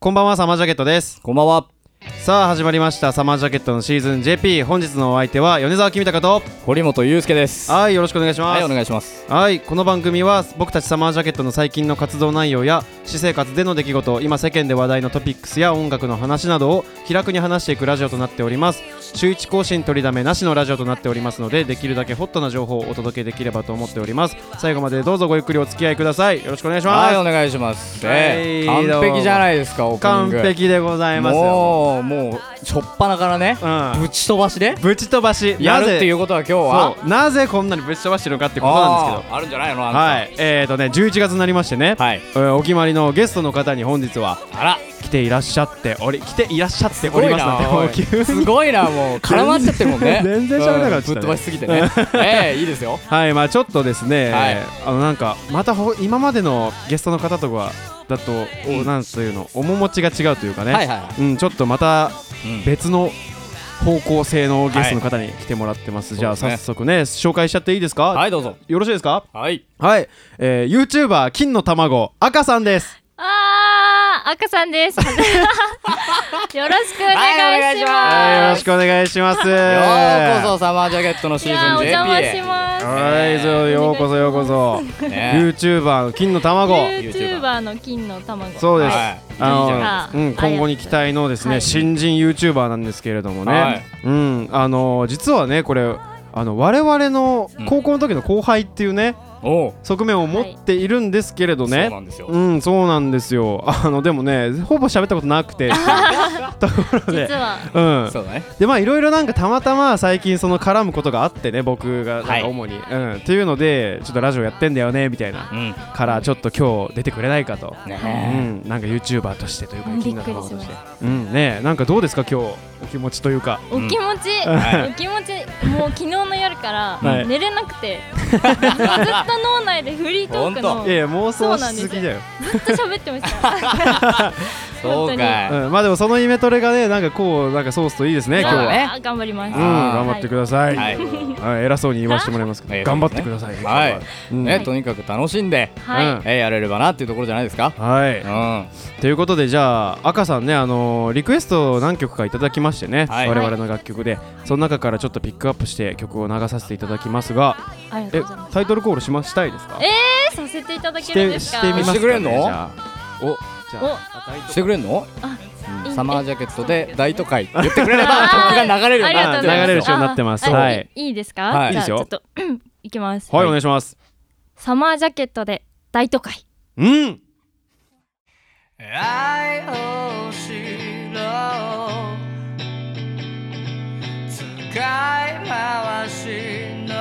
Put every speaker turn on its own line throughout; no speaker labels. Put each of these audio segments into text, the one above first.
こんばんはサマージャケットです
こんばんは。
さあ始まりましたサマージャケットのシーズン JP 本日のお相手は米沢君高と
堀本裕介です。
はいよろしくお願いしま
はい、
す
お願いします。
はいこの番組は僕たちサマージャケットの最近の活動内容や私生活での出来事今世間で話題のトピックスや音楽の話などを気楽に話していくラジオとなっております週一更新取りだめなしのラジオとなっておりますのでできるだけホットな情報をお届けできればと思っております最後までどうぞごゆっくりお付き合いくださいよろしくお願いします、
はい、お願いします。ね
はい
完璧じゃないですか、オープニン
完
グ。
璧でございますよ
もう、もう、しょっぱなからね、
うん
ぶち飛ばしで
ぶち飛ばし
やるっていううことは今日は
そ。うなぜこんなにぶち飛ばしてるのかってことなんですけ
あーあるんじゃないのあん
ど
た
はいえーとね11月になりましてね、
はい。
えーお決まりのゲストの方に本日は
あら、
来ていらっしゃっており来ていらっしゃって
す
お
ご
り
い
ますので
な。
も
お
う急
いす
に
ごいな、もう、絡まっちゃってるもんね。
全然喋れなかったね
うんぶっ飛ばしすぎてね。ええ、いいですよ。
はいまあちょっとですね、
はい
あのなんかまたほ今までのゲストの方とかだと、おなんというの面持ちが違うというかね、
はいはいは
うん、ちょっとまた
い。うん
別の方向性のゲストの方に来てもらってます、
はい
じゃあ
そうで
早
す
速ね紹介しちゃっていいですか、
はい、どうぞ。
よろしいですか
はい。
はい、えー、YouTuber 金の卵赤さんです
あー、赤さんです。よ ろし
は
くお願いし
いよ
ま
ろ
す。
しくお願いします
ようこそサマージャケットのシ
い
ー
やー、お
ズン JP
邪魔し
へ。
ま
はいそうようこそようこそ
ね
YouTuber の金の
す。
卵
YouTuber の金の卵。
そうです、
はい
あの
い
うん
いじゃない
今後に期待のですね、
はい
新人 YouTuber なんですけれどもね、
はい
うんあの実はねこれあの我々の
うん
高校の時の後輩っていうね、
おう
側面を持っているんですけれど
そう
ね、
なんですよ
うん、そうなんですよ。あのでもね、ほぼ喋ったことなくて、ところで
実、は。
うん、
そうだね
でまあいろいろなんかたまたま最近その絡むことがあってね、僕がなん
は
か
い
主に、うん、っていうのでちょっとラジオやってんだよねみたいな
うん
からちょっと今日出てくれないかと、う
ね
ん、なんか YouTuber としてというか
うん
金の卵として
びっくりし
う
ま、
んね、なんかどうですか今日お気持ちというか、
お気持ち、
はい
お気持ち、もう昨日の夜から
はい
寝れなく て、ずっと脳内でフリートーク
ほ
の
ん
いやいや
ず
妄
そ
想
うなん
し
です
す
よ
ぎだよ。
っと喋ってま した。
そうかい
うん、まあでもそのイメトレがねなんかこうなんかソースといいですね今日
そうだ
は。
ね
あー頑張ります。
うん、頑張ってください。
はい
はい、偉そうに言わせてもらいますけ
はい
ど、頑張ってください。
はい
うん
ねとにかく楽しんで
はい。
う
は
ん
い。
えやれればなっていうところじゃないですか
は
う
い、
ん
ということでじゃあ赤さんねあのーリクエストを何曲かいただきましてね、
はい
我々の楽曲でその中からちょっとピックアップして曲を流させていただきますが
ありがとう
え
ございます。
タイトルコールしましたいですか
ええー、させていただ
し
けるん
て
です
し
か。
てみますか、ね、
してくれんの
じゃあおじゃ
お
あタイトル
してくれんの
いいね
サマージャケットで大都会言ってくれれば曲が流れるように
あーあり
なってる
がとうございます流れるようになってます
あ
はい
いいいですか、
はい
じ
いいで
ゃ
すよ
あちょっといきます、
はい、
はい
お願いします
サマージャケットで大都会
うん
愛を知ろう使い回しの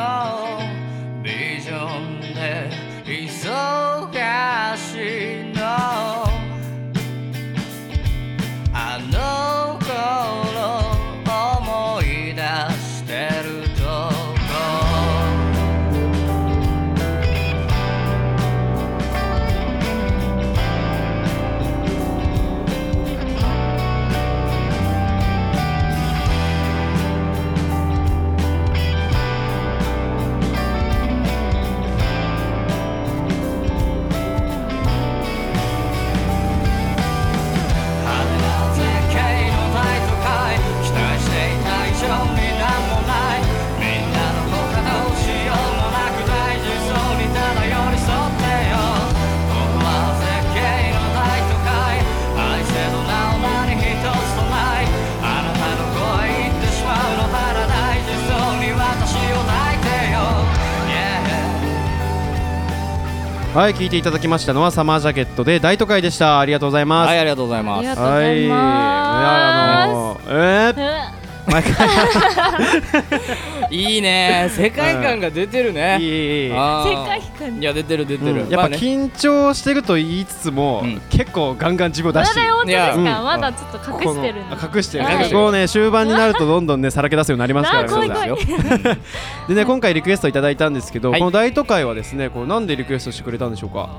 ビジョンで忙しいのあの頃思い出してるとこ派手な世界の大都会期待していた以上に何もないみんなの他どうしようもなく大事そうにただ寄り添ってよここは絶景の大都会愛せどなお何一つとないあなたの声言ってしまうのなら大事そうに私を抱いてよ Yeah
はい聞いていただきましたのはサマージャケットで大都会でしたありがとうございます、
はいありがとうござい
あ
ま
り
す
がとうござ
はい
いま
いやあのー
す、
え
う
ー、毎 回
いいね世界観が出てる
い
ね
いいいいい
あー
世界観
いや出てる出て
うん
る
やっ
ま
ぱ
あね
緊張してると言いつつも、
うん
結構ガンガン自分を出
ま
して
だ
る
本当ですか、
い
やうん
まだちょっと隠してるん
こ
だ
このあ隠してる、
はい
ここをね終盤になるとどんどんねさらけ出すようになりますからね
なあ怖い
そうだ
怖い
でね今回リクエストいただいたんですけど、
はい
この大都会はですねこうなんでリクエストしてくれたんでしょうか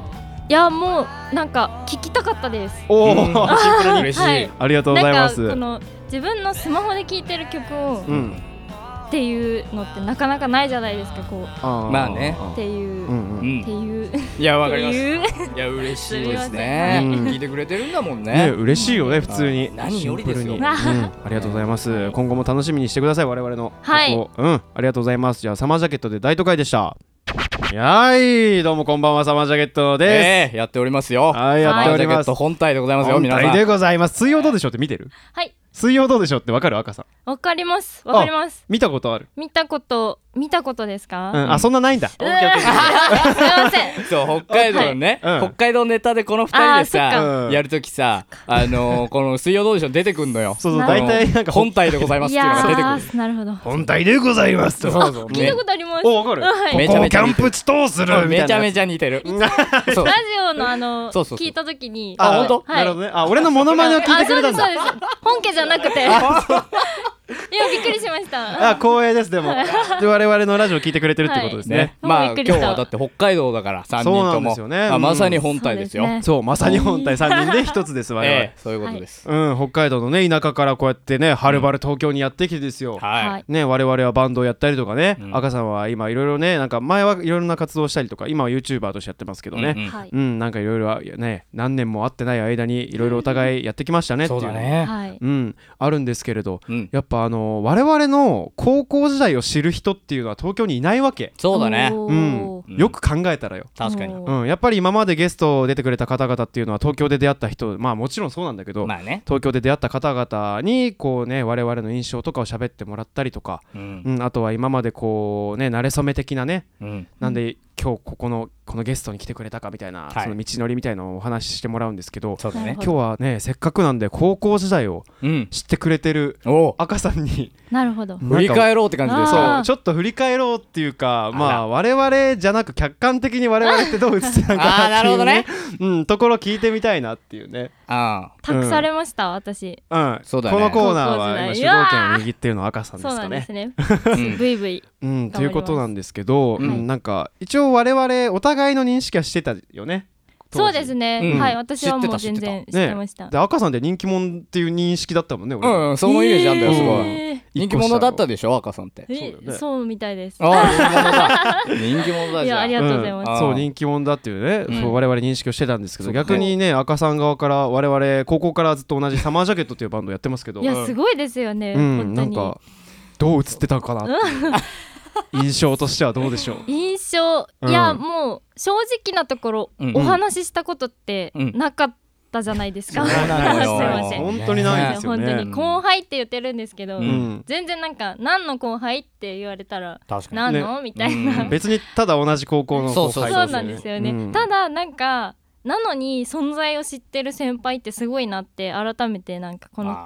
いやもうなんか聞きたかったです
おお、
うん
シンプルに
嬉し
はいい
ありがとうござい
な
ま
んか
す
この自分のスマホで聴いてる曲を
うん
っていうのってなかなかないじゃないですかこう
あー
まあね
っていう、
う
うん
って
ん
いう
いやわ
っ
か
て
ります
いう
いや嬉しいです
すみ
ませ
ね
ん
聞いてくれてるんだもん
うんね
ね
嬉しいよね普通に
何よりですよ
シンプルに
わ
うんありがとうございます今後も楽しみにしてください我々の
はい
曲をうんありがとうございますじゃあサマージャケットで大都会でしたやーいどうもこんばんはサマージャケットで
ええやっておりますよ
すはいや
マ
ってお
ージ
り
ャケ
ま
ッ
す
ト本体でございますよ皆さ
本題で
ん
ございます水曜どうでしょうって見てる
はい
水曜どうでしょうってわかる赤さん
わかりますわかります
見たことある
見たこと見たことです
う
か、
んあそんなないんだ
うーすいません
そう北海道のね、
はいうん
北海道ネタでこの二人で
あーそ
っ
さ
か
やるときさあのーこの水曜どうでしょう出てくんのよ
そうそう
な
大体なんか
本体でございます
い
っていうのが出てく
や
る
ーなるほど
本体でございますとそうそう
聞いたことありま す、
おわかる
はい
め
こ
ち
こ
ゃ
を
め
キ
ち
ャ
ゃ似
ン
てる
プ地とするみた
め
い
ちゃ
な
め
やつ
ちゃ似てるそう
ラジオのあの
そうそうそう
聞いた時に
あ
はい
本当
は
ないるほどねあ俺のモノマネを聞いてくれたんだ
あそうですそうです本家じゃなくていやびっくりしました
あ光栄ですでもで我々のラジオ聞いてくれてるってことですね
ね、
うん
まあ
びっく
今
りし
日
た
はだって北海道だから三人
そ
と
うなん
も
ですよね
まあ
うん
まさに本体ですよ
そうですね
そうまさに本体3人で一つです我 々、
ええそういうことです
うん、北海道のね田舎からこうやってねはるばる東京にやってきてですよ、
はい、
はい
ね我々はバンドをやったりとかね、
うん
赤さんは今いろいろねなんか前はいろいろな活動をしたりとか今は YouTuber としてやってますけどね、うん
うん
はい
なんかいろいろね何年も会ってない間にいろいろお互いやってきましたねってい
そううだね
はい
うんあるんですけれど
うん
やっぱあの我々の高校時代を知る人っていうのは東京にいないわけ、
そうだね
お
う
ー
ん、よく考えたらよ
確かに
おー
うん、やっぱり今までゲスト出てくれた方々っていうのは東京で出会った人まあもちろんそうなんだけど、
まあね
東京で出会った方々にこうね我々の印象とかを喋ってもらったりとか、
うん
うん、あとは今までこうね慣れ初め的なね
うん
なんで今日ここのこのゲストに来てくれたかみたいな、
はい
その道のりみたいなのをお話ししてもらうんですけど
そうだ
なる
ね
ほ
今日はねせっかくなんで高校時代を
うん
知ってくれてる
おお
赤さんに
なるほど
なんか
振り返ろうって感じで
あー
そうちょっと振り返ろうっていうかま
あ
あ我々じゃなく客観的に我々ってどう映ってたの
あ
か
ー
な
な
っ
る
てい
ほど
う、
ね
ねうん、ところ聞いてみたいなっていうね、
あ
託されました私
うん
そうだね
このコーナーは
高校
今主
時代
導権を握ってるのは赤さんで
そう
す
な
か
んで
ね
す。ね
あうん
ブイブイ
うん、
頑張ります
ということなんですけど、
うん
うんなんか一応我々お互いの認識はしてたよね。当時
そうですね、
うん
はい私はもう
知って
全
た
然知
ね
ってました、
で赤さんって人気者っていう認識だったもんね。俺
うんうんそのイメージなんだよすごい
え
人気者だったでしょ赤さんって
ー
そうだよね
えそうみたいです
ああ人気者だ人気者だ
い
じ
や
ゃ
あ
ん
りがとうござい
ん
ます、
あー
そう人気者だっていうね、
うん
そう我々認識をしてたんですけ
そ
ど
うか
逆にね赤さん側から我々高校からずっと同じサマージャケットっていうバンドやってますけど
いやすごいですよね、
うん、
本
な
当
ん
に
かどう映ってたかなってい う印象としてはどうでしょう
印象、
うん
いやもう正直なところ、
うん
お話ししたことって
うん
なかったじゃないですか、
そうなのよ
すいません
本当にないですよ
本
ね
当に後輩って言ってるんですけど、
う
うん
全然なんか何の後輩って言われたら
確
何の、みたいな、
うん
別にただ同じ高校の後
そう
輩
そうなんですよね、
うん
ただなんかなのに存在を知ってる先輩ってすごいなって改めてなんかこの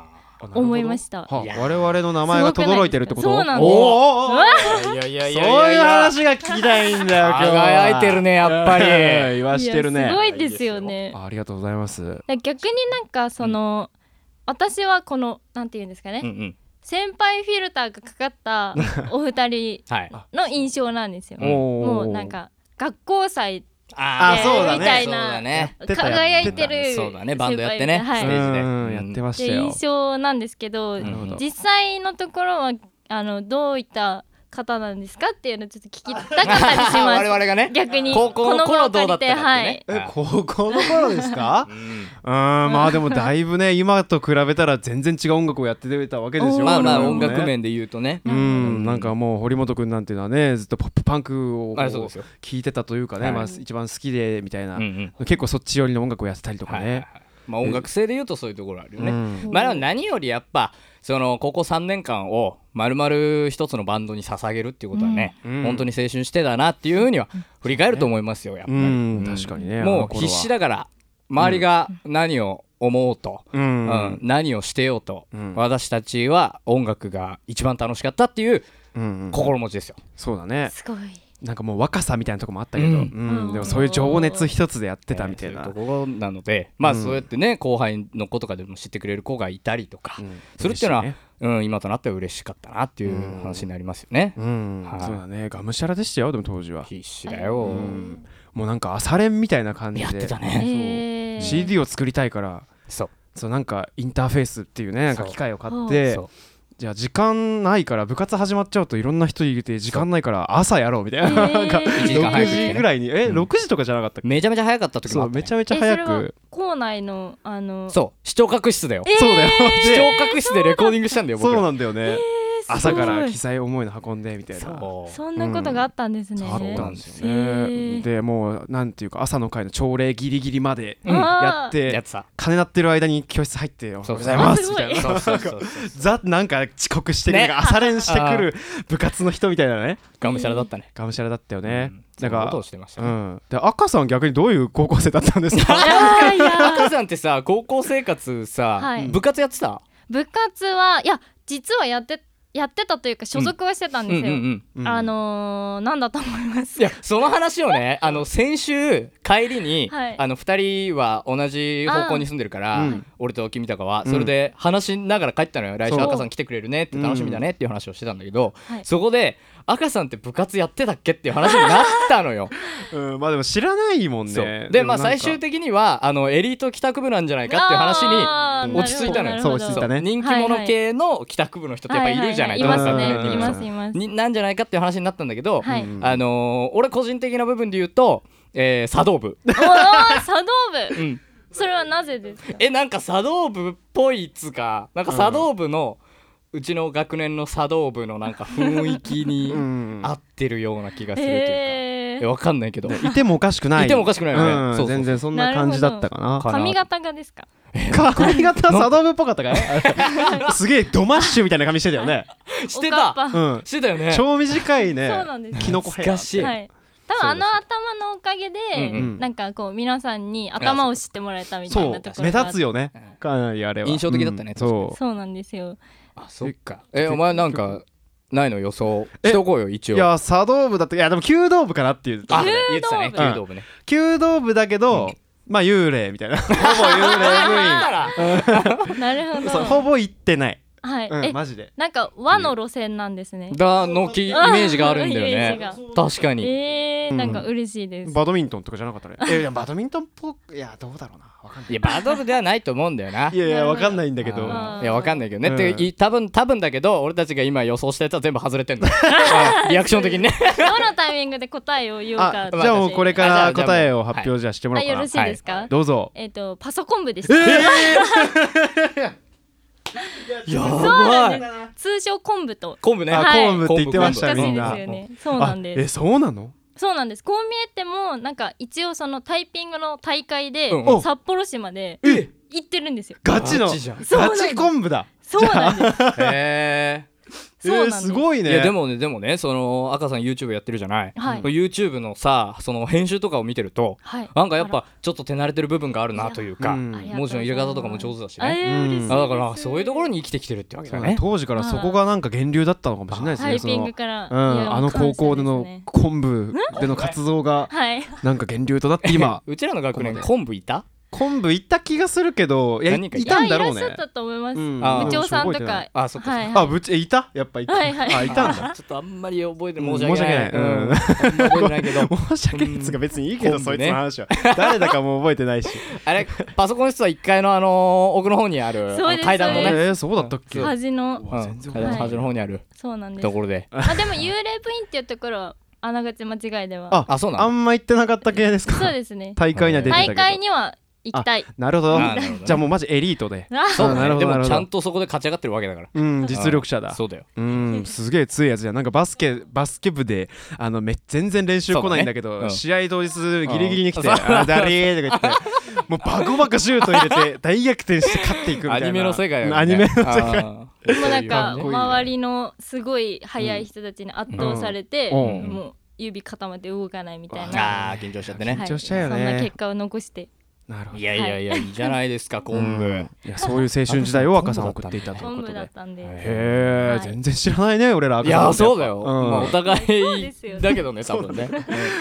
思いました
はあ
いや
我々の名前が轟いてるってこと
そうなん
です
おーおーおー
いやいやいや
そういう話が聞きたいんだよ 今日は
輝いてるねやっぱり
うん 言わしてる
いや
ね
すごいですよね
あありがとうございます
だから逆になんかその、私はこのなんて言うんですかね、
うんうん
先輩フィルターがか かったお二人
はい
の印象なんですよ
おー
もうなんか学校祭
あ
ー
そうだね
みたいなね
やってた
輝いてる
そうだねバンドやってね
先輩み
ステ
たいなはい
ージで
うんやってま
っ
してたよ
印象なんですけど、
ん
なるほど
実際のところはあのどういった方なんですかっていうのをちょっと聞きたかったりしま
我
す
々がね
逆に
高校の頃どうだったかってね
え高校の頃ですか うーんまあでもだいぶね今と比べたら全然違う音楽をやってたわけですよ
まあま
我
あ
々も
音
ね
楽面で言うとね
うん、なんかもう堀本くんなんていうのはねずっとポップパンクをこ
あそうですよ
聞いてたというかね、
はい
まあ、一番好きでみたいな、
うんうん
結構そっち寄りの音楽をやってたりとか
はいはいはい
ね。
まあ音楽性で言うとそういうところあるよ
う
ね
ん
まあでも何よりやっぱその高校3年間を丸々一つのバンドに捧げるっていうことはね
うん
本当に青春してたなっていうふうには振り返ると思いますよやっぱり
うん確かにね
もう必死だから周りが何を思おうと
あの頃はうん
うん、何をしてようと、
うん
私たちは音楽が一番楽しかったっていう
うんうん
心持ちですよ。
そうだね
すごい
なんかもう若さみたいなとこもあったけど、
う
うんんでもそういう情熱一つでやってたみたい
えー
な、
そういうところなのでまあ
うん
そうやってね、後輩の子とかでも知ってくれる子がいたりとか、
うん
するっていうのは、
嬉し
うん、今となっては嬉しかったなっていう話になりますよね。
いねうん
はい
そうだねがむしゃらでしたよでも当時は、
必死だよ、
うんもうなんか朝練みたいな感じで
やってた
え
ね。
ー、
CD を作りたいから
そう
そうなんかインターフェースっていうねなんか機械を買っ
そう
て
そう
じゃあ時間ないから部活始まっちゃうといろんな人いて時間ないから朝やろうみたいななんか
へー
一時間早く来
6
てね
時ぐらいにえ
うん
6時とかじゃなかったっけ
めちゃめちゃ早かった時
そ
もあっ
う
た
め
ね
ちゃめちゃ
えそれ
早
は
く
校内のあの
そう視聴覚室だよ
えー
そうだよ
視聴覚室でレコーディングしたんだよ
そ
僕
う
ら
なんだよね
すごい
朝から機材重いの運んでみたいな
そう
そんなことがあったんですね、
うん
あっ
そう
た
なん
ですよ
へ
ね
ー
でもうなんていうか朝の会の朝礼ギリギリまで
うん
やっ
やっててた
鐘鳴ってる間に教室入っておはようござい
あ
ます
す
み
ご
た
い
いな
そうそうそうそう
ザなんか遅刻してくる、
ね
朝練してくる部活の人みたいなね
がむしゃらだったね
がむしゃらだったよね、
うんそ
なんん
なこと
か
をしてました
う
ね
んで赤さん逆にどういう高校生だったんです か
いやいや
赤さんってさ高校生活さ、
はい
部活やってた
部活はいや実はやってやってたというか所属はしてたんですよ、
ん
うん
あのー、なんだと思います
いやその話をねあの先週帰りに、
はい
あの2人は同じ方向に住んでるから、
うん
俺と君高は
うん
それで話しながら帰ったのよ、来週
そう
赤さん来てくれるねって楽しみだねっていう話をしてたんだけど、
はい
そこで赤さんって部活やってたっけっていう話になったのよ。
うん、まあでも知らないもん
そ う
ね
でまあ最終
的
的にはあのエリート帰宅部なんじゃないかっていう話に
あー
落ち着いたのよ
なるほど
そう落ち着
なる
い
ほ
た
ど
ね
そう人気者系の帰宅部の人ってやっぱいるじゃない
はい
か、
はいはいいますね
うん
いますい
ます
になんじゃないかっていう話になったんだけど、
はい
あのー俺個人的な部分で言うと、えー、茶道部、
おー茶道部
うん、
それはなぜですか
えなんか茶道部っぽいっつうかなんか茶道部の、うちの学年の茶道部のなんか雰囲気に
うん
合ってるような気がするというか、
へ
え
ー
わかんないけど、
いてもおかしくない
いてもおかしくないよ
う
ね
ん
そうそうそう
全然そんな感じだったかな
かな
髪型がですか
髪型はサドブっぽかったかい すげえドマッシュみたいな髪してたよね
して
お
た
かっぱ
うん
してたよね
超短いね
そうなんです
キノコヘア
懐かしい、
はい多分あの頭のおかげで
うん
うん
なんかこう皆さんに頭を知ってもらえたみたい
そ
な
う
ところ
目
があって
立つよねかなりあれは
印象的だったね
うんそう
そうなんですよ
あそっかえお前なんかないの予想
え
しとこうよ一応
いや茶道部だっていやでも弓道部かなっていう
あ
弓道部
言ってた
うん
ね弓道部ね、
弓道部だけど、まあ幽霊みたいなほぼ幽霊
あら
なるほ
部員
ど
そうほぼ行ってない、
はい
うん、
え
マジで
なんか和の路線なんですね
だのきイメージがあるんだよ
イメージ
ね
が
確かに
えーなんか嬉しいです
バドミントンとかじゃなかったねえいやバドミントンっぽくいやどうだろうなわかんない
いやバトルではないと思うんだよない
やい
なる
や
ほ
わ
ど
かんないんだけど
あ
あ
ー
ー
いやわかんないけどね、
うん
ってい多分多分だけど俺たちが今予想したやつは全部外れてんだうんリアクション的にね
どのタイミングで答えを言おうか
あじゃあもうこれか
あ
ら
じゃあ
答えを発表じゃあしても
あ
らおうか
よ
な、
ろしいですか
どうぞ
えっとパソコン部でした
や
なん
ばい
通称昆布と
昆布ね、
あ
はい
昆布って言ってまし
懐
た
かし
み
い
ん
です
な
よねそうなんです
あえそうなの
そうなんですこう見えてもなんか一応そのタイピングの大会で
うん
うん
札幌市まで
え
行ってるんですよ。
ガチの
ガチじゃん
そうな
ガ
の
チ昆布だ
そうなんです。
え
へ
そうな
ー、
んです。
すごい
え
ね
いやでもねでもねその赤さん YouTube やってるじゃない、
はい
YouTube のさその編集とかを見てると
はい。
なんかやっぱちょっと手慣れてる部分があるなというか、
うん
ありがとうございます
文字の入れ方とかも上手だし
あ
ね、
えー嬉しいです
あだからそういうところに生きてきてるってわけ
そ
だ
うだ
ね
当時からそこがなんか源流だったのかもしれないです
タ
ね
イ
そ
ピン
の
グから。
う
いや
ん、あの高校で
も
の
う感謝ですね
昆布での活動が
はい。
なんか源流となって 今
うちらの学年昆布いた
昆布いた気がするけどいや
何
い
人かい
たんだろう
いやいらっ
ね
しゃったと思います。
うん
あー
部長さんと
うん覚え
か。
あそっかそっか
はいはい。
あぶちえいたやっぱいた
はいはい
あいた んだ
ちょっとあんまり覚えて
うん
申し訳な
申し訳な
い。
いうん。
うんあんま覚えてないけど
申し訳ないですが別にいいけど
うん
そいつ
昆
の
布ね
話は誰だかも覚えて ないし
あれ、パソコン室は1階のあのー奥の方にある
そうです
あの階
え
段の
そう
ね。
ーそうだったっけ
そう
端の。
うわ
うん
全然
階段の端の方にある
そうなんです
と。ころで。
あでも幽霊部員っていうところはあながち間違いでは。
あ
あ、そうな
あ
の
んま行ってなかった系ですか
そうですね。
大会には出てたけど
大会には行きたい。
なるほど
あなるほどね
じゃあもうマジエリートで
あ
そう
あな
だ
る
ね。
ほ
で
どなる
も
ほ
ち
ど
ゃんとそこで勝ち上がってるわけだから。
うん実力者だ
そうだよ。
うんすげえ強いやつじゃんなんかバスケバスケ部であのめ全然練習来ないんだけ
そう
ど
だねうん
試合当日ギリギリに来て「
うん
あだれー」とか言ってもうバコバコシュート入 れて大逆転して勝っていくみた
ア
いな
ニメの世界だよね
アニメの世界
界
もうな
そうい
んか
う感じ
周りのすごい速い人たちに圧倒されて、
うんうん
もう指固まって動かないみたいな、
ああ、緊張しちゃってね
は。い
張しちゃうよね
そんな結果を残して
なるほ
い
ど
やいやいや、いいじゃないですか、
う
昆布
ん。いやそういう青春時代を若さんは送っていたという
本
こ
部
と
だっ
で
たんで、
はい
へえ
はい
全然知らないね俺ら赤
い
さんの
や、
こと
そうだよ。
うん
まあお互
そう
い
ですよね
だけどね、多分ね。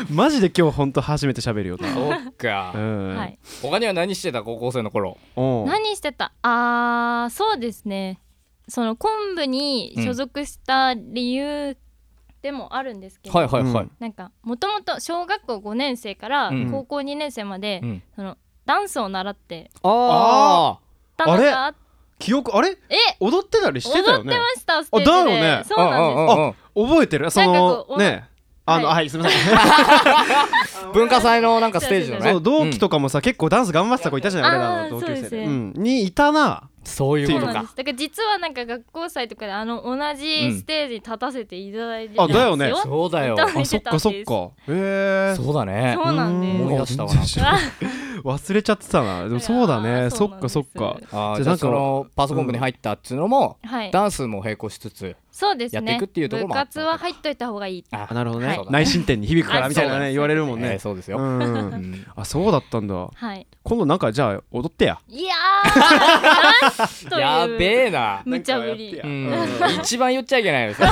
うん
マジで今日本当初めて喋るよな
そっ
う
か。
ん
はい、
他には何してた高校生の頃。
うん
何してたあーそうですねその昆布に所属した理由でもあるんですけど、
はいはいはい。
なんかもともと小学校5年生から
うん
高校2年生まで、
うん
そのダンスを習って
ああ。
たのがあっ
記憶あれ
え
踊ってたりしてた
踊
よ
っ
ね
てましたステージで
あだよね
そうなんです
うんうんうん
覚えてるそ
なんかこ
の
う
ねあの
はい
はいすみません
文化祭のなんかステージのね
そ
そう同期と
か、
かもさ結構ダンス頑張ってた子いたじゃない俺ら
あー
の同級生
そうですね
うんにいたな
うんそういう
て
こ
そう
と
なんで
か
すだから実はなんか学校祭とかであの同じステージに立たせていただいて
うんあだよね
たんです
そうだよ
いた
あそっかそっかへえ
そうだね
そうなんです
ー
思い出したわ
全然知 らん忘れちゃってたなでもそうだ
いや
ね
ー
そ
そ
っ
うなん
か
です
そっか
あ
じゃあ
ーじゃ
なんか
あそのパソコン部に入ったっつうのも、
はい
ダンスも並行しつつ
そうですね
やっていくっていうところも
部
あった
活は入っといた方がいい
あ
あなるほど
は
ね
い
内申点に響くから
あ
みたいな
そうなんで
ね
す
言われるもん
えー
ね
そうです
う
よ、うん ん
あそうだったんだ
はい
今度なんかじゃあ踊ってや
いやーな
や
んという
べえな、
無茶ぶり
なんかやってや
うん、一番言っちゃい けないよそれ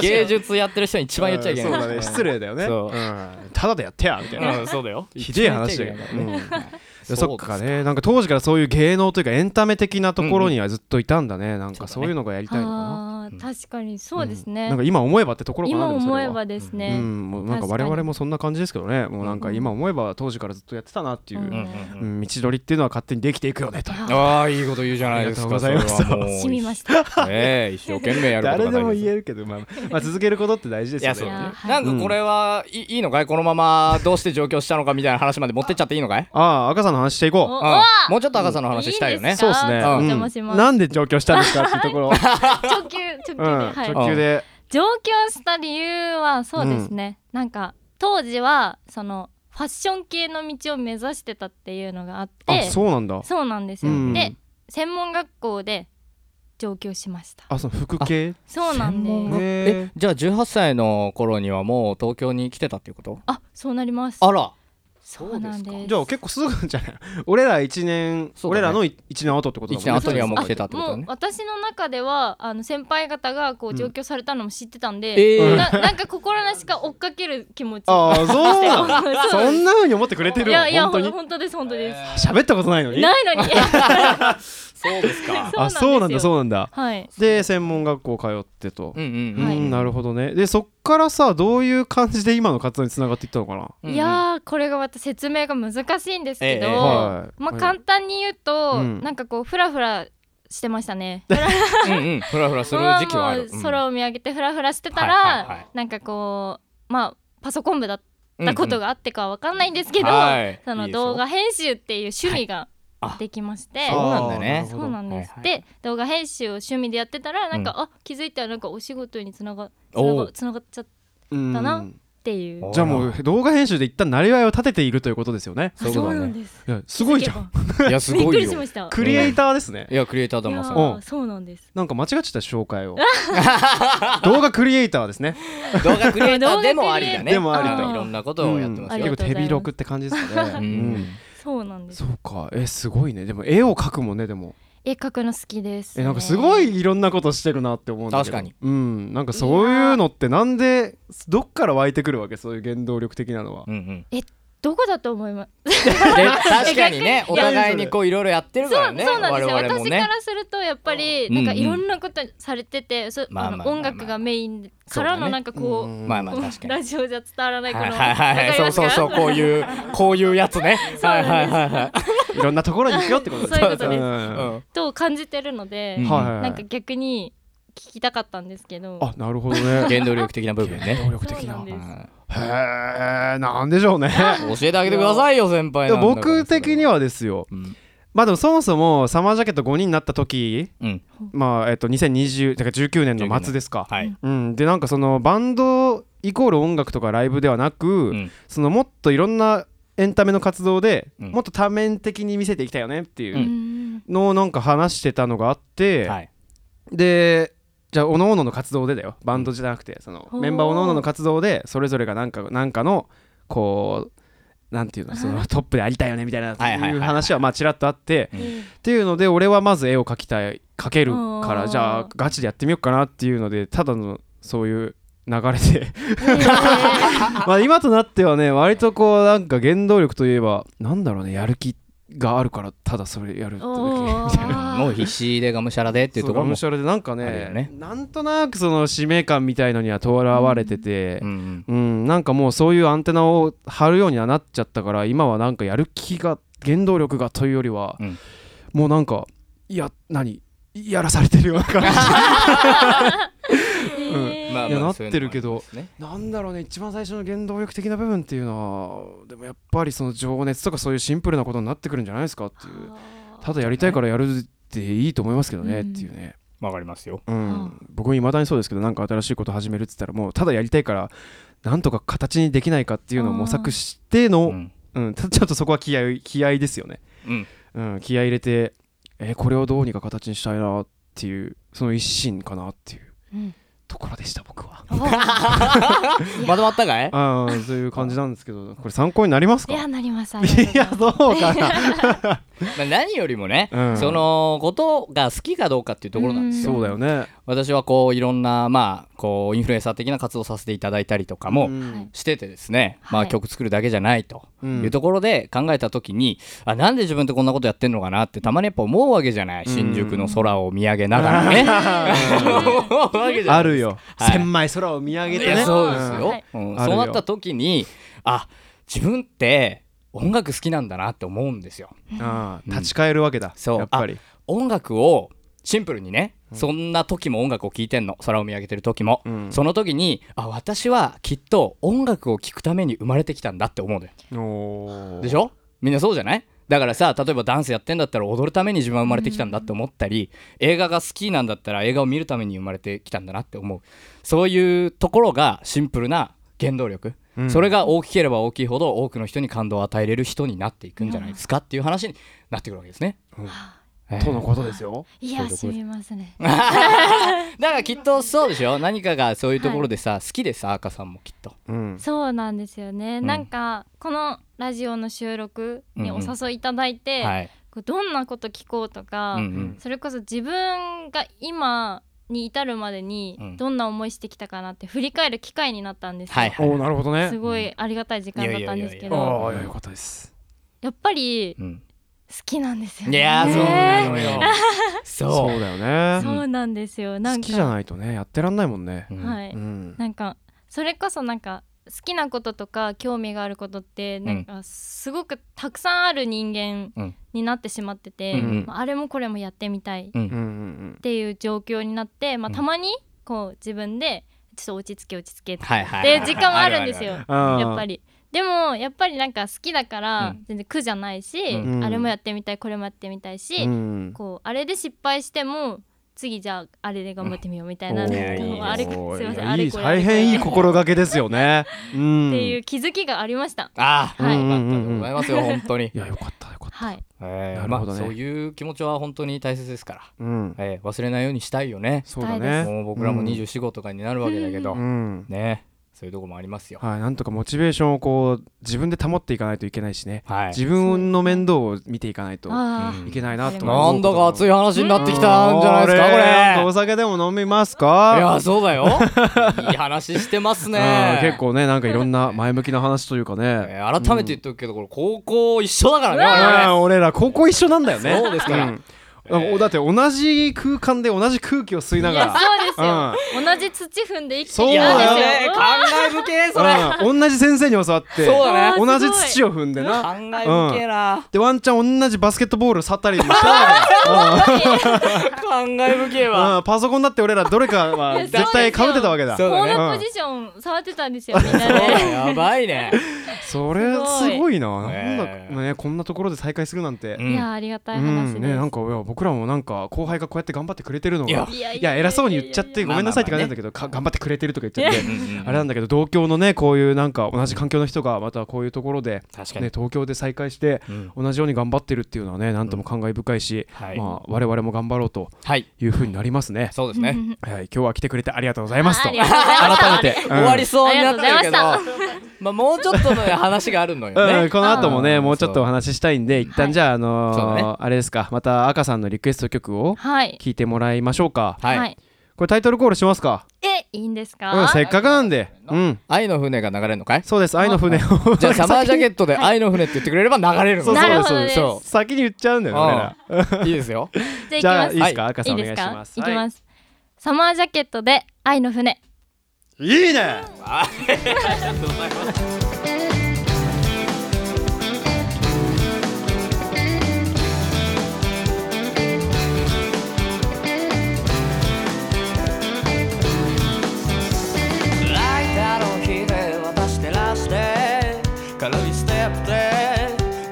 芸術やってる人に一番言っちゃいけない
そうだね失礼だよね
そう
うんただでやってやみたいな
うんそうだよ
ひでえ話だけど
一番言っちゃいけないからね
いやそっかねなんか当時からそういう芸能というかエンタメ的なところにはずっといたんだねなんかそういうのがやりたいのかな
あー確かにそうです
うん
ね、
なんか今思えばってところかな
今
でもそれ
思
は
えばです
う
ね、
ん、もうなんか
確
我
かに
々もそんな感じですけどねもうなんか
うん
今思えば当時からずっとやってたなっていう、
うんうん
う
うん
ん、道取りっていうのは勝手にできていくよねと
いや
ああいいこと言うじゃないですか
ありがとうございます
それはもう
染みました
ねえ一生懸命やること
誰で
が大事
も
す
言えるけど、まあ、 まあ続けることって大事です
い
よ
や
ね
そう
いやはい
なんかこれはいいいのかいこのままどうして上京したのかみたいな話まで持ってっちゃっていいのかい
ああ赤さんの話していこう
お
うんもうちょっと赤さんの話したいよ
いい
ね
んです
そうですね、
あ
う
ー
ん
お邪魔します
なんで上京したんですかっていうとこ ろ、
直球直球で、
うん、
はい
直球で、
上京した理由はそうですね、なんか当時はそのファッション系の道を目指してたっていうのがあって
あそうなんだ
そうなんですよ、
うん
で専門学校で上京しました
あその服系
そうなん
専門学
です
へ
校えじゃあ18歳の頃にはもう東京に来てたっていうこと
あそうなります
あら
そうなんです
じゃあ結構すぐじゃない 俺ら一年、
そうだね
俺らの一年後ってことだもんね
一年後にはもう来てたってこと
も
だ
う
ね
私の中ではあの先輩方がこう上京されたのも知ってたんで、
ええ
ななんか心なしか追っかける気持ち
ああそうなの
そう
そんな風に思ってくれて
い
るの
やいや
本当
本当
に
本当です本当です、
喋ったことないのに
ないのに
そうですか
そうなん
あ
ですよ
そうなんだそうなんだ
はい
で専門学校通ってと、
うんうん
う
うん
はい
なるほどねでそっからさどういう感じで今の活動につながっていったのかな、
うん
いやーこれがまた説明が難しいんですけど、
ええ
はい
まあ、簡単に言うと、
うん
なんかこうフラフラしてましたね。
うんうんふらふらする時期はある
まあもう空を見上げてフラフラしてたら、
はいはいはい
なんかこうまあパソコン部だったこと
が
があってかは分かんないんですけど、
はい
そ
い
の
いですよ
動画編集っていう趣味が
あ
できまして。
そうなんだね
あー
そうなんです、
はいはい
で動画編集を趣味でやってたらなんか、
う
あ気づいたらなんかお仕事につながつな
お
が
う
つながっちゃっ
うん
だなていう
お
じゃあもう動画編集で一旦なりわいを立てているということですよね
あ
そうだね
なんです
いやすごいじゃん
ん
いやす
びっ
ご
く
い
りし
よ
ました
クリエイターですね
いやクリエイターだもん
い
さ
やー
うん
そうなんです
なんか間違ってた紹介を動画クリエイターですね
動画クリエイターでもありだね
でもあり
と
いろんなことをやってます
うん
よ
結構手広くって感じですか
う
ね、うん
ん
そうなんで
そ
す
うかえすごいねでも絵を描くもんねでも
絵描くの好きです、
え
ね、
なんかすごいいろんなことしてるなって思うんだけど
確かに
うんなんかそういうのってなんでどっから湧いてくるわけそういう原動力的なのは
うんうん
どこだと思います
で確かにねお
いや
互いにこういろいろやってる
そ
から
う
ね
そうなんですよ、
我々も
私
ね
からするとやっぱり
うん
なんかいろんなことされてて、そ
まあまあ
あ
まあ
の音楽がメインからのなんかこう、
ん
まあまあ
こう
確かに
ラジオじゃ伝わらないこの、
はいはいはいはい、そうそうそう、こう
う
いう、こういうやつね。はいはいはい
いろんなところに行くよってことです
そういうことです
ん
はい。
と感じてるので、
うん
はいはいはい
なんか逆に聞きたかったんですけど
あなるほどね
原動力的な部分ね。
動力的
そう
な
なんです
へえなんでしょうね
教えてあげてくださいよ、先輩
でも僕的に
は。
はですよ
うん
まあでもそもそもサマージャケット5人になった時
うん、
まあえっと2020だから19年の末ですか
はい。
うん、でなんかそのバンドイコール音楽とかライブではなく、
ん
そのもっといろんなエンタメの活動で、
うん
もっと多面的に見せていきたいよねっていううんのをなんか話してたのがあって、
はい。
でじゃあおのおのの活動でだよバンドじゃなくてその
おー
メンバーおのおのの活動でそれぞれがなんかなんかのこうなんていうのそのトップでありたいよねみたいな
はいはいはい
い
は
う
い
話はまあちらっとあって
う
っ ていうので俺はまず絵を描きたい描けるか
あ
ら
ー
じゃあガチでやってみようかなっていうのでただのそういう流れで まあ今となってはね割とこうなんか原動力といえばなんだろうねやる気があるからただそれやるってだけ
お
うん
ー
もう必死でがむしゃらでっていうと
そ
ころ
うが
も
む。しゃらでなんか
あるよ
ね
ね
なんとなくその使命感みたいのにはとらわれてて、
うんうん
うん、なんかもうそういうアンテナを張るようにはなっちゃったから今はなんかやる気が原動力がというよりは、
うん
もうなんかいや何やらされてるような感じ
えー
まあ
いや
ま
な
あ
ってるけど
そういうのもありますね
なんだろうね一番最初の原動力的な部分っていうのはでもやっぱりその情熱とかそういうシンプルなことになってくるんじゃないですかっていうただやりたいからやるっていいと思いますけどね、
うん
っていうね、
わかりますよ
う
はあ
ん、僕もいまだにそうですけどなんか新しいこと始めるって言ったらもうただやりたいからなんとか形にできないかっていうのを模索して
う
の、
ん
うん、ただちょっとそこは気合い気合いですよね
うん
うん、気合い入れて、えーこれをどうにか形にしたいなっていうその一心かなっていう
うん
ところでした僕は。
まとまったかい
ああそういう感じなんですけどこれ参考になります
い
か
やなりますありがとう
い
ござ
や
います
そうか な
まあ何よりもね
うん
そのことが好きかどうかっていうところなんですよ
そうだよね。
私はこういろんなまあこうインフルエンサー的な活動させていただいたりとかも
うん
はい
しててですね、ま
は
あ、
い
曲作るだけじゃないと
うん
いうところで考えた時に、あなんで自分ってこんなことやってんのかなってたまにやっぱ思うわけじゃない、
うん
新宿の空を見上げながらね。 思うわけじゃない
あるよ、
はい
千枚空を見上げ
い
て
や
ね。
そうです
は
よ
い、
うん
ある
そ
よ
うなった時にあ自分って音楽好きなんだなって思うんですよ。
うんああ立ち返るわけだ、
そう
やっぱり。
音楽をシンプルにね、そんな時も音楽を聴いてんの空を見上げてる時も、
うん
その時にあ私はきっと音楽を聴くために生まれてきたんだって思うのよ。
お
で
ー
しょみんなそうじゃないだからさ例えばダンスやってんだったら踊るために自分は生まれてきたんだって思ったり、映画が好きなんだったら映画を見るために生まれてきたんだなって思うそういうところがシンプルな原動力、
うん
それが大きければ大きいほど多くの人に感動を与えれる人になっていくんじゃないですかっていう話になってくるわけですね。えー
とのことですよ。
いやしみますね
だからきっとそうでしょ何かがそういうところでさ、好きでさ赤さんもきっと。
うん
そうなんですよね、
うん
なんかこのラジオの収録にお誘いいただいて、
はい
こうどんなこと聞こうとか、
うんうん
それこそ自分が今に至るまで
う
に
ん
どんな思いしてきたかなって振り返る機会になったんですよ、
はいはい
おーなるほどね。
すごいありがたい時間だったんですけ
いやいやいやい
ど
や
ああよかったです。
やっぱり好
うん
きなんですよ
い
ね
やーそうなのよ。
そ
そう
うだよね。
そうなんですよなん
好
か
きじゃないとねやってらんないもんね。
うん
はい、
うん
なんかそれこそなんか好きなこととか興味があることってなんかすごくたくさんある人
う
間
ん
になってしまってて、
うんうん
まあ、あれもこれもやってみたいっ
うん
うんうん
ていう状況になって、まあ、
うん
たまにこう自分でちょっと落ち着け落ち着けっ
はいはい
て時間はあるんですよ
あるある
うん。
やっぱり。でもやっぱりなんか好きだか
う
ら
ん
全然苦じゃないし、
うん
あれもやってみたいこれもやってみたいし、
うん
こうあれで失敗しても次じゃああれで頑張ってみようみたいな、
お
の
ー
をあれすいませ
い
ん
や
あ
い
れ
い
これ
大変いい
これ
心がけですよね。うん。。
っていうう気づきがありました。
ああ、
はい
よかったでございますよ、本当に
い。やよかったよかった。
はい。
え
な
ー
る
ま
ほど
あ
ね
そういう気持ちは本当に大切ですから、
うん。
えー忘れないようにしたいよね。
そうだ
したい
ね。
で
もう僕らも
うん
24、5とかになるわけだけど、
うん。
ね、そういうとこもありますよ。
はい、なんとかモチベーションをこう自分で保っていかないといけないしね、
はい。
自分の面倒を見ていかないと
あ
うん
いけないなと
なんだか熱
い
い話になってきたんじゃないですか、こ
お
れ。
酒でも飲みます
い
か
や、そうだよ。いい話してます
うん
ね。
結。構ねなんかいろんな前向きな話というかね、
えー改めて言っとくけど、これ高校一緒だからね
う
我
ん俺ら高校一緒なんだよね
々。そうですから。
うんおだって同じ空間で同じ空気を吸いないが
や
ら
そうですよ。
うん
同じ土踏んで生きて
そう
き
だ
た
よ
んですよ。
ね
うわ
考え深えそれ
うん同じ先生に教わって
そうだね
あー
同じ
すごい
土を踏んでな
考え深えな
でワンちゃん同じバスケットボール去ったりもしたわけだようん
考え深え
う
わ
んパソコンだって俺らどれか
い
は
や
絶対被ってたわけだ
そう
こ
だね
う
の
ん
ポジション触ってたんですよみんなで。
やばいね
それ
すごい
すごいななんだ
ねえ
ねこんなところで再会するなんて
う
い
ん
やありがた
う
い話
んね
で
なんかいや僕らもなんか後輩がこうやって頑張ってくれてるの
いや
が
す。いや
いや偉そうに言っちゃって
いや
ごめんなさいって感じなんだけどか頑張ってくれてるとか言っちゃって
うん
あれなんだけど同郷のねこういうなんか同じ環境の人がまたこういうところで
確かに
ね東京で再会して
うん
同じように頑張ってるっていうのはねなんとも感慨深いし
はい
まあ我々も頑張ろうと
はい
いうふうになりますね
そうですね
はい今日は来てくれてありがとうございますと
ありがとうございま
改め て
終わり
す
そうになってるけど
あ
まあもうちょっとの話があるのよ
う
ね
ん、この後もね、
うん
もうちょっとお話ししたいんで、一
は
旦
い
じゃあ、あのー
そうだね
あれですか、また赤さんのリクエスト曲を
はい。
聞いてもらいましょうか。
は
はい
い。
これタイトルコールしますか。
えいいんです
うん、
か？
せっかくなんで。うん、
愛の船が流れるのかい
そうです。愛の船を。
じゃあサマージャケットで愛の船って言ってくれれば流れるの
そう
なるほ
そう
ど
で
ですす。じ
そ
先に言っちゃうんだよね俺ら。
ういいですよ
じ
ゃ
ゃ
あ
あ、い
行き
い
ま
ですか、赤
す。
さ
い
ん
い
お
で
願
す
いしま？す。
か行き
は
ま
い
す。サマージャケットで愛の船。
いいね。
「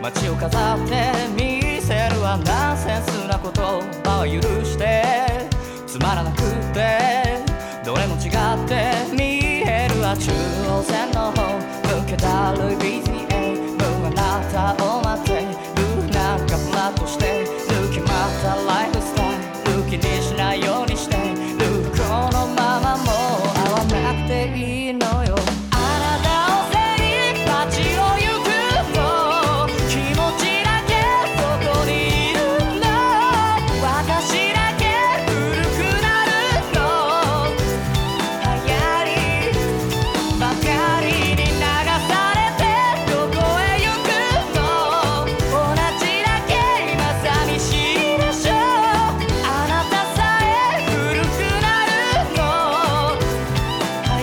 街を飾って見せるはナンセンスな言葉は許してつまらなくてどれも違って見えるは中央線の方抜けたる BTA 無あなたを待ってるなんかフラッとして抜けまったライフスタイル気にしないようにしてるこのままもう会わなくていいのよあなたを精一杯街を行くの気持ちだけそこにいるの私だけ古くなるの流行りばかりに流されてどこへ行くの同じだけ今寂しいでしょあなたさえ古くなるの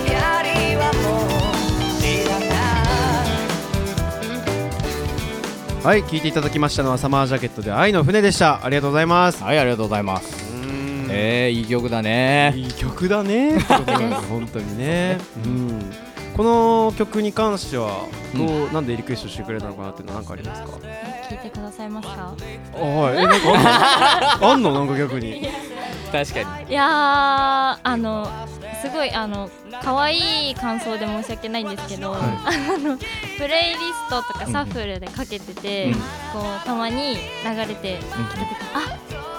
流行りはもういらない
はい聞いていただきましたのはサマージャケットで愛の船でしたありがとうございます
はいありがとうございます
うん
えー、いい曲だね
いい曲だね ってことなんです本当にね、うん、この曲に関してはどう、なんでリクエストしてくれたのかなっていうのは何かありますか
聞いてくださいますか
あはいえなんか あんのあんのなんか逆に
確か
いやーあのすごいあの可愛い感想で申し訳ないんですけど、あのプレイリストとかサッフルでかけて
う
て、
ん
こうたまに流れてきた時、
ん
あ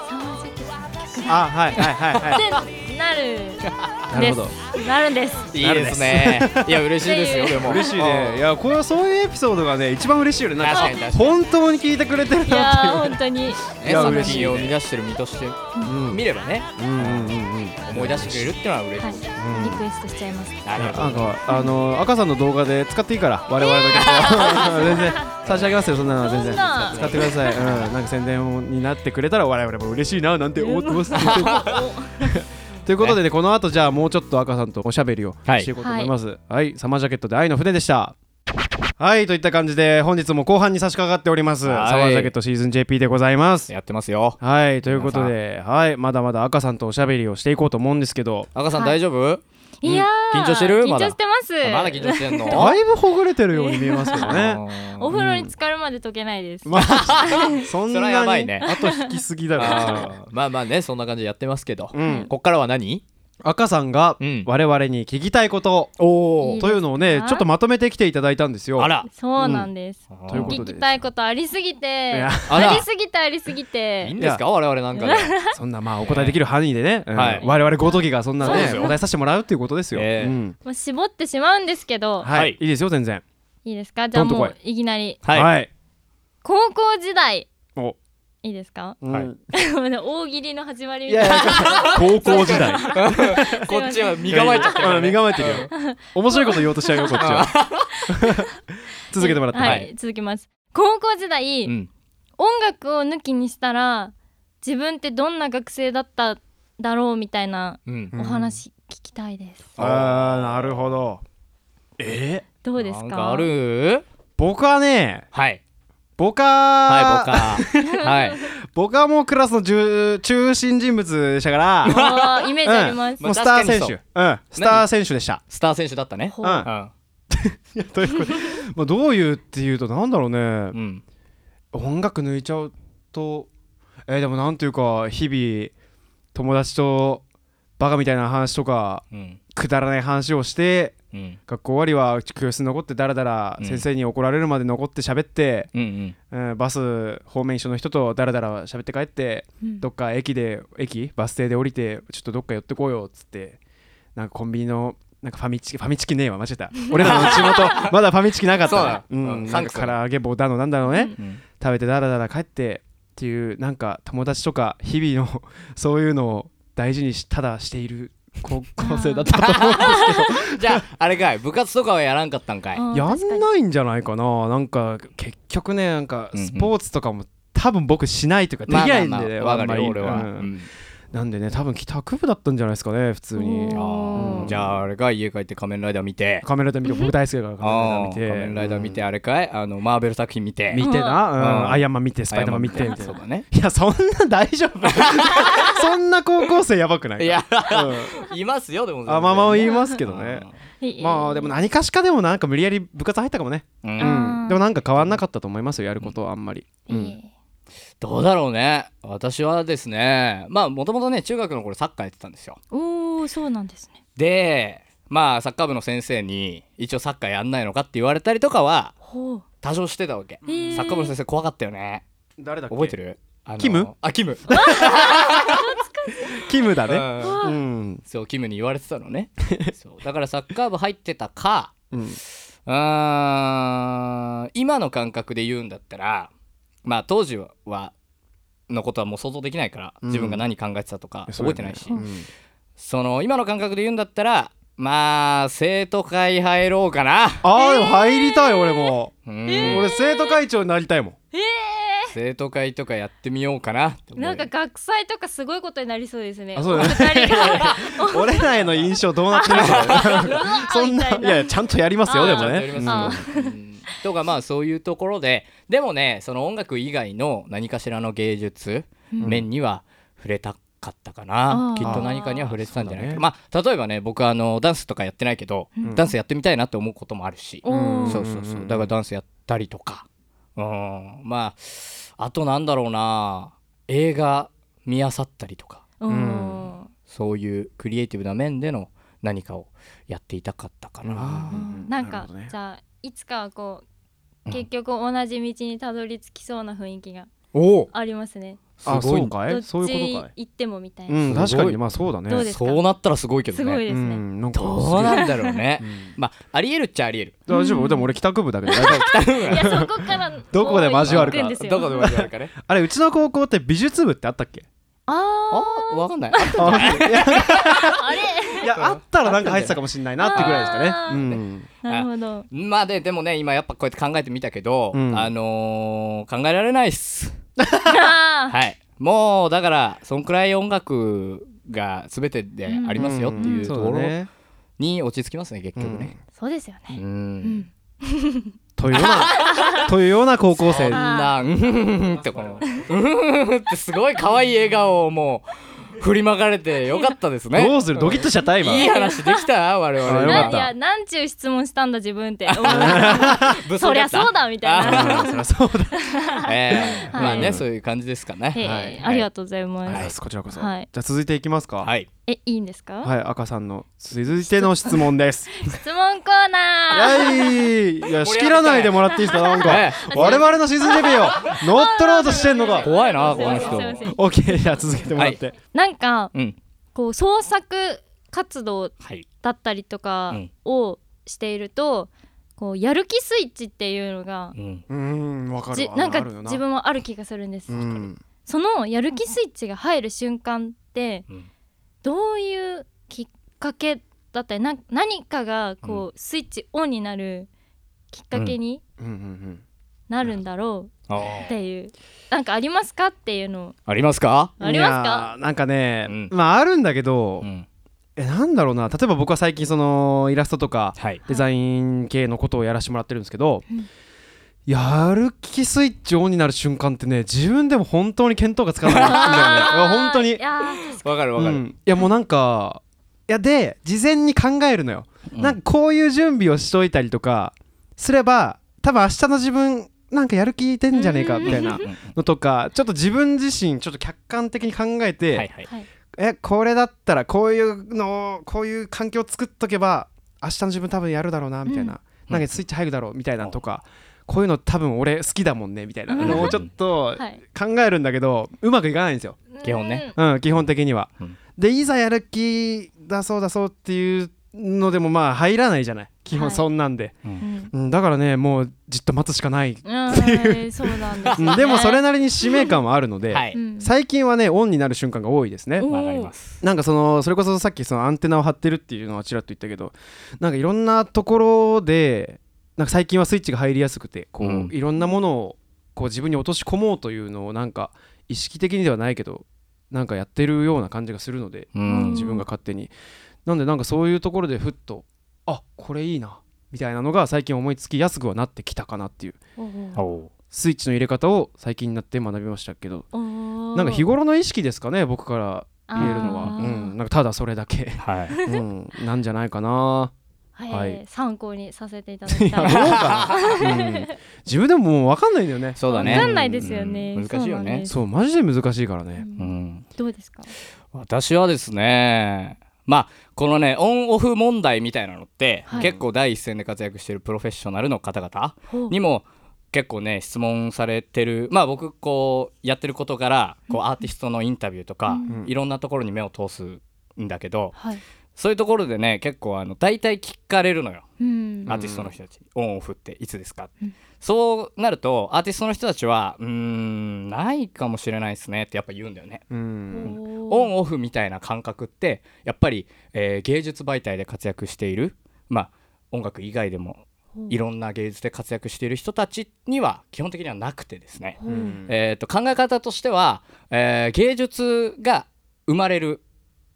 サマージャケットの曲だ
あはいはいはいはい
ってなる
なるほど
です なるんです
にいいですねいや嬉しいですよでも
嬉しいねいやこれはそういうエピソードがね一番嬉しいよねなん
確
か
かに確か
本当に聞いてくれてる
いやー
なっていう
本当に
に
いや
作
嬉しいね
品を生み出してる身として
うん
見ればね
うんうんうんうん
思い出してくれるってのは嬉しい
はい、
ん
リクエストしちゃいました
ありがとう
な
ご
ん
ざいま
かあの赤さんの動画で使っていいから我々の曲は全然差し上げますよそんなのは全然
そんな
使ってくださいうんなんか宣伝になってくれたら我々も嬉しいななんて思ってます ということでねこの後じゃあもうちょっと赤さんとおしゃべりを
はい
していこうと思いますはい、サマージャケットで愛の船でしたはいといった感じで本日も後半に差し掛かっております、
はい
サマージャケットシーズン JP でございます
すやってますよ
はいということではいまだまだ赤さんとおしゃべりをしていこうと思うんですけど
赤さん
はい
大丈夫
いやー
緊張してる
緊
まだ
張してます
あまだ緊張してん の
だいぶほぐれてるように見えますけど ね
あ
お風呂に浸かるまで溶けないです、
まあ、そん
それは
な
やばい
に、
ね
あと引きすぎだろ
ーまあまあねそんな感じでやってますけど
うん
こっからは何
赤さんが
うん
我々に聞きたいこと
お
いいです
と
か
いうのをねちょっとまとめてきていただいたんですよ
あら
そうなんです、
ということ
聞
で
きたいことありすぎ
い
て
や
あら
ありすぎてありすぎ
いい
て
んですか我々なんかで
そんなまあお答えできる範囲でね、うん
はい
我々ごときがそんな
そうで
ね
すよ
お答えさせてもらうっていうことですよ、
ええ
うん
もう絞ってしまうんですけど、
はい、
はいい、
いですよ全然
い、いですかじゃあ
どん
も
とこいう
いきなり
はい、
はい
高校時代
お、
いいですか
はい
うん
大喜利の始まり
い
み
や
たい
い
な
や高校時代
こっちは 身構えちゃってるか
う
ら
ん
ね
身構えてるよ面白いこと言おうとしちゃうよこっち は続けてもらって、
はい、
はい
続きます高校時代、
うん
音楽を抜きにしたら自分ってどんな学生だっただろうみたいな
うん
うん
お話聞きたいです、
ああなるほどえ
どうですか
なんかある
僕はね
はい
僕は、
はい僕 ははい
僕はもうクラスの重中心人物でしたから、
あーイメージあります、
うん、もうス
まあ
ター
確かに
選
そう
手、うん、スター選手でした。
スター選手だったね
ほ
う、
うん
いや
う
どういうことまあどういうっていうとなんだろうね、
んうん
音楽抜いちゃうと、えーでもなんていうか日々友達とバカみたいな話とか
うん
くだらない話をして。
うん
学校終わりは教室に残ってだらだら
うん
先生に怒られるまで残って喋って、
うんうん
うんバス方面一緒の人とだらだら喋って帰って
うん
どっか駅で駅バス停で降りてちょっとどっか寄ってこうよっつってなんかコンビニのなんかファミチキファミチキねえわ間違え た俺らの地元まだファミチキなかったわ
そうだ
ん
うん
なんか唐揚げ棒だのなんだのね、
うん
食べてダラダラ帰ってっていうなんか友達とか日々のそういうのを大事にしただしている高校生だったと思
じゃああれかい部活とかはやらんかったんかい
あー
うや
確か
ん
に
ないんじゃないかななんか結局ねなんか
うんうん
スポーツとかも多分僕しないというかできないんでね、
わ
あ
か
んま
る
り
よ俺は、
うんなんでね多分帰宅部だったんじゃないですかね普通に
あ
お
ー
ー
じゃああれかい家帰って仮面ライダー見て
カメラで見て僕大好きだから
あー
カメ
仮
ラで見
面
て
ライダー見て、あれかいあのマーベル作品見て
見てな、うん
うん
アイアンマン見てスパイダーマン見てみたい
そう
な
だね
いやそんな大丈夫 そんな高校生やばくない
いや
う
いますよでも
ん、あまあまあ
い
言いますけどね
いい
まあでも何かしかでもなんか無理やり部活入ったかもね
うん
あー
でもなんか変わんなかったと思いますよやることはあんまり、う
い
ん、
え
どうだろうね私はですねまあもともとね中学の頃サッカーやってたんですよ
おおそうなんですね
でまあサッカー部の先生に一応サッカーやんないのかって言われたりとかは
ほう
多少してたわけ、
へー
サッカー部の先生怖かったよね
誰だっけ
覚えてるあの
キム
あキム
キムだ
う
ね
ん
わ
う
あ
ん、
そうキムに言われてたの ねそうだからサッカー部入ってたか
うん、
うーん今の感覚で言うんだったらまあ当時はのことはもう想像できないから、
うん
自分が何考えてたとか覚えてないし
そうだよね
その今の感覚で言うんだったらまあ生徒会入ろうかな、
ああでも入りたい俺も、
うん
俺生徒会長になりた いもん
ええ
生徒会とかやってみようかなって思う
なんか学祭とかすごいことになりそうですね。
あそうだね
お二人 が
俺らへの印象どうなってるん
うわ ー
そん
み
な
た
いやいやちゃんとやりますよ
あー
で
ち
も
ゃんとや
ね
りますようんとかまあそういうところででもねその音楽以外の何かしらの芸術面には触れたかったかな、
あー
きっと何かには触れてたんじゃないか
あーそう
まあ例えばね僕あのダンスとかやってないけど、
ん
ダンスやってみたいなって思うこともあるし、
おー
そうそうそうだからダンスやったりとかうんまああとなんだろうな映画見あさったりとか
うんん
そういうクリエイティブな面での何かをやっていたかったかな、
うん
なんか
るほどね
じゃあいつかはこ
う
うん結局同じ道にたどり着きそうな雰囲気が
おお
ありますね。
す
あ
ご
そ
いう
か
どっ
い
ち
そういうことかい
行ってもみたい
う
な。
ん
す
確
ごい
かにまあそうだね
どうですか
そうなったらすごいけど
すご
ね
いですね。
うんなんか
どうなんだろう ね、
うん
まあありえるっちゃありえる
大丈夫でも俺帰宅部だけど大丈夫
いやそこから
どこで交わるか
行くんですよ
どこで交わる かね
あれうちの高校って美術部ってあったっけ
あ
あわかんない
あいや
ーあ れ
いやあったらなんか入ってたかもしれないなってぐらいです
あ
かね
ー
うん
なる ほど。
まあででもね今やっぱこうやって考えてみたけど、
うん
あのー考えられないっす
あー
はいもうだからそんくらい音楽が全てでありますよっていうとこ
んそうだ
ろ
ね
に落ち着きますね結局ね
そうですよ
う
ね。
ん
というようなというような高校生
そん
に
な、うんふんふんふ んってこの、うんふんふんふんってすごい可愛い笑顔をもう振りまかれてよかったですね。
どうするドキッとしちゃった今
いい話できたな我々
あよか
な
っ
い
た
やなんちゅう質問したんだ自分っ て思いました
武装
そり
だ
ゃ
った
そうだみたいな。
うんそりゃそうだ
ええ
はい
まあねそういう感じですかね
へー
はい
ありがとうございます。
は
こちらこそじ
は
ゃ
い
あ続いていきますか
はい
えいいんですか？
はい赤さんの続いての質問です
質問コーナ
は
ー。
いいや仕切らないでもらっていいですかなんか
え
我々のシーズンレビュ ーを乗っ取ろうとしてんのか
え怖いな
すい
この
ません
人
すいません
OK じゃあ続けてもらって
なんか
うん
こう創作活動
はい
だったりとか
うん
をしていると、こうやる気スイッチっていうのが
うん
うーんわか
じ
るわ
なんか
あるよ
自分はある気がするんです、
うん
そのやる気スイッチが入る瞬間って
うん
どういうきっかけだったりな何かがこう、スイッチオンになるきっかけに
うんうんうん
なるんだろ
あ
うっ
ー
ていう、なんかありますかっていうの
ありますか
ありますか
いやーなんかね、
うん
まああるんだけど、
うん
えなんだろうな例えば僕は最近そのイラストとか
はい
デザイン系のことをやらせてもらってるんですけど、
うん
やる気スイッチオンになる瞬間ってね自分でも本当に見当がつかないんだよねいや 本当に
いやー
わかるわか
う
る
んいやもうなんかいやで事前に考えるのよ、
うん
なんかこういう準備をしといたりとかすれば多分明日の自分なんかやる気出んじゃねえかみたいな
うん
のとかちょっと自分自身ちょっと客観的に考えて、
はいはい
はい
えこれだったらこういうのをこういう環境を作っとけば明日の自分多分やるだろうなみたいな、
うん
なんかスイッチ入るだろうみたいなのとか、こういうの多分俺好きだもんねみたいな
うん
のをちょっと
はい
考えるんだけど、うまくいかないんですよ、
基本ね
うん、基本的には。
うん
でいざやる気だそうだそうっていうのでもまあ入らないじゃない基
は
本
い
そんなんで、
うんうん
うん、だからねもうじっと待つしかない、
うーん、そうなんです、
う
ね。
んでもそれなりに使命感はあるので、
はい
うん、
最近はねオンになる瞬間が多いですね。
お
わかります
なんかそのそれこそさっきそのアンテナを張ってるっていうのはちらっと言ったけどなんかいろんなところでなんか最近はスイッチが入りやすくてこう、
うん
いろんなものをこう自分に落とし込もうというのをなんか意識的にではないけどなんかやってるような感じがするので
うん
自分が勝手になんでなんかそういうところでふっとあこれいいなみたいなのが最近思いつきやすくはなってきたかなっていう
おう
おう
スイッチの入れ方を最近になって学びましたけど
おう
なんか日頃の意識ですかね僕から言えるのは、
あ
う
ー
ん、なんかただそれだけ。
はい
うん、なんじゃないかな。
はい
はい
参考にさせていただき
いや
た
どう
い
かな、うん自分でももう分かんないんだよね
そうだね
わかんないですよね
うん難しいよ
そうなんで
ね
す
そうマジで難しいからね
うん
どうですか
私はですねまあこのねオンオフ問題みたいなのって、
はい
結構第一線で活躍してるプロフェッショナルの方々
ほ う
にも結構ね質問されてるまあ僕こうやってることからこうアーティストのインタビューとか、
うん
いろんなところに目を通すんだけど
はい
そういうところでね結構あの大体聞かれるのよ
うん
アーティストの人たち、オンオフっていつですか、
うん
そうなるとアーティストの人たちはうーんないかもしれないですねってやっぱ言うんだよね。
うん
オ
おー
ンオフみたいな感覚ってやっぱり、えー芸術媒体で活躍しているまあ音楽以外でも
ほう
いろんな芸術で活躍している人たちには基本的にはなくてですね、
ほう
えー、と考え方としては、えー芸術が生まれる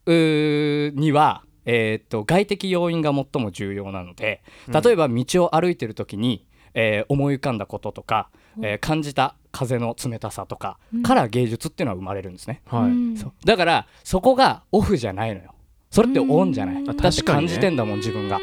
うーには、えー、と外的要因が最も重要なので例えば道を歩いてる時に、えー思い浮かんだこととか、えー感じた風の冷たさとかから芸術っていうのは生まれるんですね。
は
う
い
ん
そうだからそこがオフじゃないのよそれってオンじゃな
う
い
ん
だ
あ
って
確かにね
感じてんだもん自分が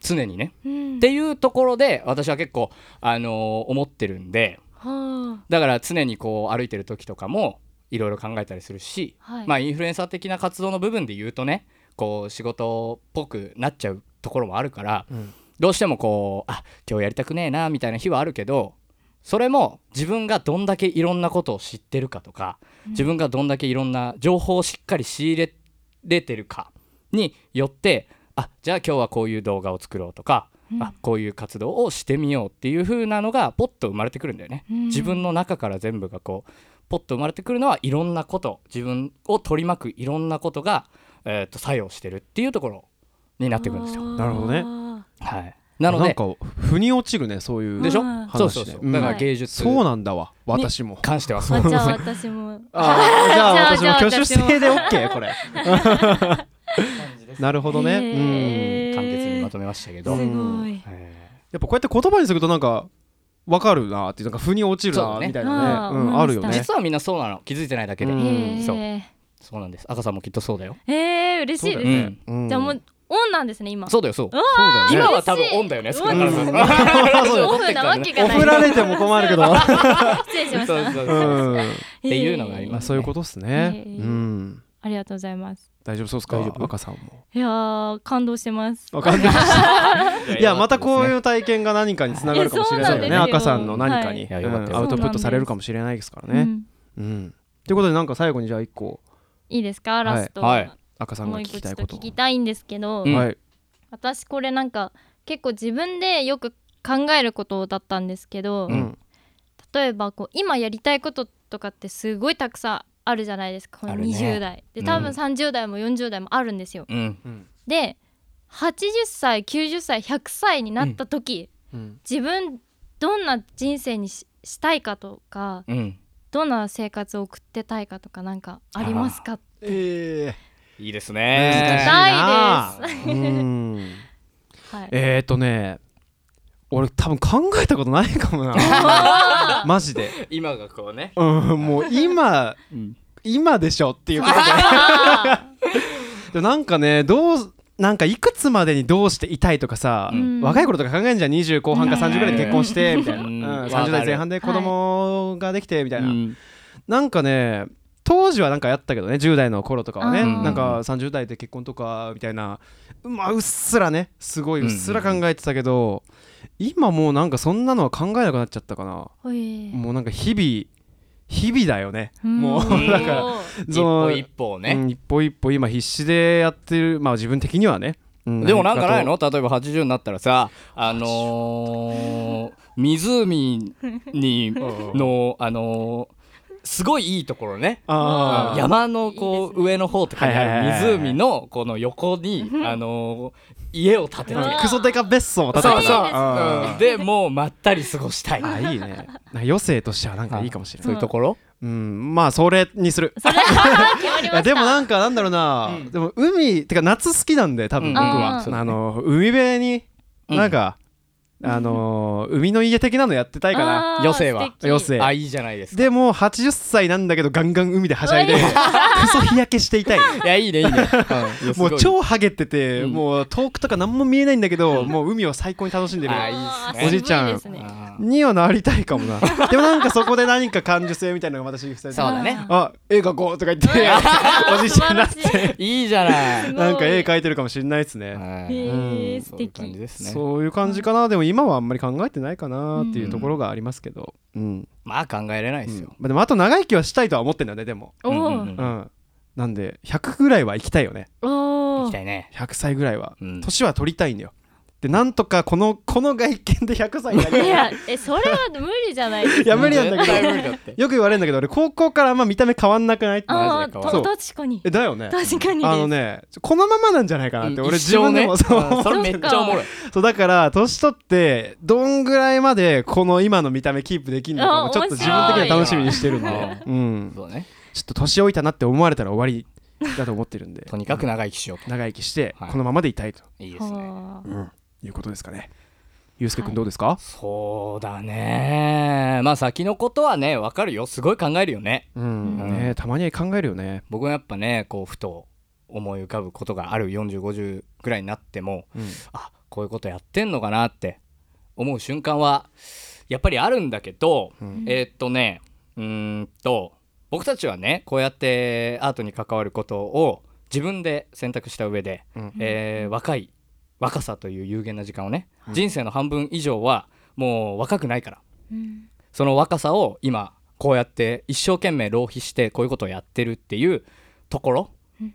常にね
うん
っていうところで私は結構、あのー思ってるんで
は
だから常にこう歩いてる時とかもいろいろ考えたりするし、
あはい
まあインフルエンサー的な活動の部分で言うとねこう仕事っぽくなっちゃうところもあるから
うん
どうしてもこうあ今日やりたくねえなみたいな日はあるけどそれも自分がどんだけいろんなことを知ってるかとか自分がどんだけいろんな情報をしっかり仕入れれてるかによってあじゃあ今日はこういう動画を作ろうとか、
うん
あこういう活動をしてみようっていう風なのがポッと生まれてくるんだよね。
うん
自分の中から全部がこうポッと生まれてくるのはいろんなこと自分を取り巻くいろんなことが、えー、と作用してるっていうところになってくるんですよ。
なるほどね
ね
はい、なので
なんか腑に落ちるねそういう
でしょ
うん
そうそうそう、
話ね
だから
うん
芸術
そう
に
なんだわ私も
関してはそう
あじゃあ私も
あーじゃあ
じゃあ
私も挙手
じゃあ私も
制で OK これなるほどねうん
へー
簡潔にまとめましたけ
す
ど。
ご
う
い、
ん
えー
やっぱこうやって言葉にするとなんかわかるなっていうなんか腑に落ちる
そう
な
だね
みたいなね
あー
うんあるよ
思いま
ね
し
実はみんなそうなの気づいてないだけで、
うん
えー
そうそうなんです赤さんもきっとそうだよ、
えー、嬉しいです、
そうだ
ね
うん
じゃあもうオンなんですね今
そうだよそう
そうだ
今
よね
は多分オンだよね少なからず
うん
オフなわけ が
オ
ない
フられても困るけど
失礼しまし
そ
た
うそう
う
そう、っ
ん
ていうのがあり
えー
ま
ま
あ
す、
そういうことっすね
えー
うん
ありがとうございます
大丈夫そうっすか
大丈夫
赤さんも
いやー感動してます
わかんない
と
いやまたこういうう体験が何かにつながるかもしれないよ
い
ね
やそうなん
ですよ
赤さんの何か
はい
に
いやよかっ
う
たよかった
んアウトプットされるかもしれないですから
う
ね
ん
うんということでなんか最後にじゃあ一個
いいですかラスト、
はいは
赤さん
も
が
う
聞
一個
き
ち
た
ょっ
い
と
こと
聞きたいんですけど、
うん
はい
私これなんか結構自分でよく考えることだったんですけど、
うん
例えばこう今やりたいこととかってすごいたくさんあるじゃないですかこの
あるね
20代、で
うん
多分30代も40代もあるんですよ、
うん
うん
で80歳90歳100歳になった
うん
時、自分どんな人生にししたいかとか
うん
どんな生活を送ってたいかとかなんかありますか
え
いいです
え
ね
な
難しいなうん
はい
えーとね俺多分考えたことないかもなマジで
今がこうね、
うんもう今
うん、
今でしょっていうことででもなんかねどうなんかいくつまでにどうしていたいとかさ、
うん
若い頃とか考えんじゃん20後半か30ぐらいで結婚してみたいな、
う
うんん
わか
30
る
代前半で子供ができてみたいな、
うん
なんかね当時はなんかやったけどね10代の頃とかはね
あ
ー
なんか30代で結婚とかみたいな、まあ、うっすらねすごいうっすら考えてたけど、今もうなんかそんなのは考えなくなっちゃったかな、
ほい
もうなんか日々日々だよね、もう
うん
だから
一
その
歩一歩を
う
ね、
ん一歩一歩今必死でやってるまあ自分的にはね、う
でもなんかない
と
の例えば80になったらさあのー、湖にのあのー、すごいいいところね
あー
山のこう上の方とかに
はいはい
あ
はい
る
はい
湖のこの横にあのー家を建てて
うん
クソデカ別荘を建てて
そうそう
あ
でもうまったり過ごしたい
ーあいいねなんか余生としてはなんかいいかもしれ
そ
ない
ういうところ
うんまあそれにする
それ決まり
い
ま
や
し
でも
た
なんかなんだろうなでも海てか夏好きなんで多分僕
うん
は
そう
だね
あの海辺になんかあのー海の家的なのやってたいかな
あー
余生は
素敵
余生
あいいじゃないですか
でも80歳なんだけどガンガン海ではしゃいで
うわい
クソ日焼けしていたい
いや いいねいいね、うんいやす
も
ごいう
超ハゲってて、
うん
もう遠くとか何も見えないんだけど、もう海を最高に楽しんでる
あいいっすね
おじいちゃん
あーすごいですね
あー
にはなりたいかもなでもなんかそこで何か感受性みたいなのがまた刺激されて
そうだね
あ絵描こうとか言っ て
あー
おじいちゃんになっ
素晴ら
て
いいじゃない
すごい
なんか絵描いてるかもしれないですね、
はい
へえ
そ
素
ういう感じ
敵
ですね
そういう感じかなでも今はあんまり考えてないかなっていうところがありますけど、うん
まあ考えれないです
うん
よ
まあでもあと長生きはしたいとは思ってんだねでも、
お
うんうん
お
うん
うん、なんで100ぐらいは行きたいよね
行
お
き
ー
たいね
100歳ぐらいは、
うん
年は取りたいんだよでなんとかこのこの外見で100歳になりたい
いやえそれは無理じゃないです
いや無理なんだけど
絶対無理だって
よく言われるんだけど俺高校からあんま見た目変わんなくないって
ああ
マジで変
わ
確
る
かに
えだよね
確かにです
あのねこのままなんじゃないかなって、俺
一
自
生
分
ね
でもそう
う
思
ん
う
それめっちゃおもろい
そうだから年取ってどんぐらいまでこの今の見た目キープできるのかも
あ
ちょっと自分的には楽しみにしてるんで
面白いな、
うん、
そうね
ちょっと年老いたなって思われたら終わりだと思ってるんで
とにかく長生きしよう
長生きして
はい
このままでいたいと、
といいですね
はあ
いうことですかねゆうすけく
は
ん
い
どうですか、
そうだねまあ先のことはねわかるよすごい考えるよね
うん
うん
ねたまには考えるよね、
僕もやっぱねこうふと思い浮かぶことがある4050ぐらいになっても
うん
あこういうことやってんのかなって思う瞬間はやっぱりあるんだけど、
うん
えーっとねうーんと僕たちはねこうやってアートに関わることを自分で選択した上で、
うん
えー若い若さという有限な時間をね、
うん
人生の半分以上はもう若くないから
うん
その若さを今こうやって一生懸命浪費してこういうことをやってるっていうところ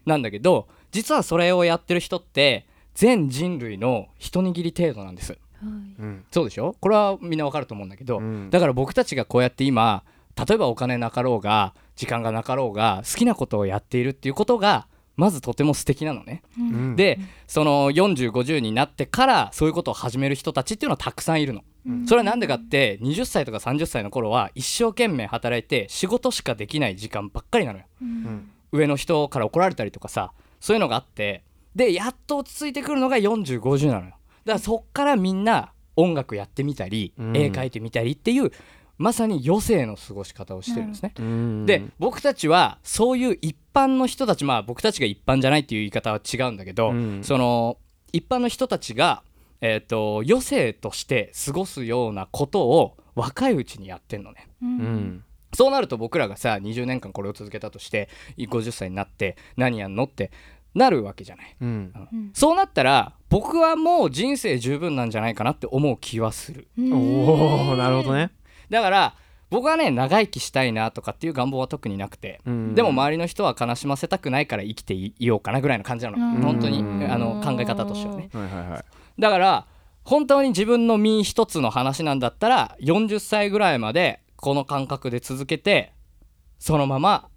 なんだけど実はそれをやってる人って全人類の一握り程度なんです
はい
うん
そうでしょこれはみんなわかると思うんだけど、
うん
だから僕たちがこうやって今例えばお金なかろうが時間がなかろうが好きなことをやっているっていうことがまずとても素敵なのね、
うん
でその4050になってからそういうことを始める人たちっていうのはたくさんいるの、それはなんでかって20歳とか30歳の頃は一生懸命働いて仕事しかできない時間ばっかりなのよ
うん
上の人から怒られたりとかさそういうのがあってでやっと落ち着いてくるのが4050なのよだからそっからみんな音楽やってみたり、
うん
絵描いてみたりっていうまさに余生の過ごし方をしてるんですね、
うん
で僕たちはそういう一般の人たちまあ僕たちが一般じゃないっていう言い方は違うんだけど、
うん
その一般の人たちが、えー、と余生として過ごすようなことを若いうちにやってんのね
う
うんん
そうなると僕らがさ20年間これを続けたとして50歳になって何やんのってなるわけじゃない
うん
うん
そうなったら僕はもう人生十分なんじゃないかなって思う気はする
うん
おおなるほどね、
だから僕はね長生きしたいなとかっていう願望は特になくて、
うん
でも周りの人は悲しませたくないから生きていようかなぐらいの感じなの、
うん
本当に
うん
あの考え方としてはね
はいはいはい
だから本当に自分の身一つの話なんだったら40歳ぐらいまでこの感覚で続けてそのまま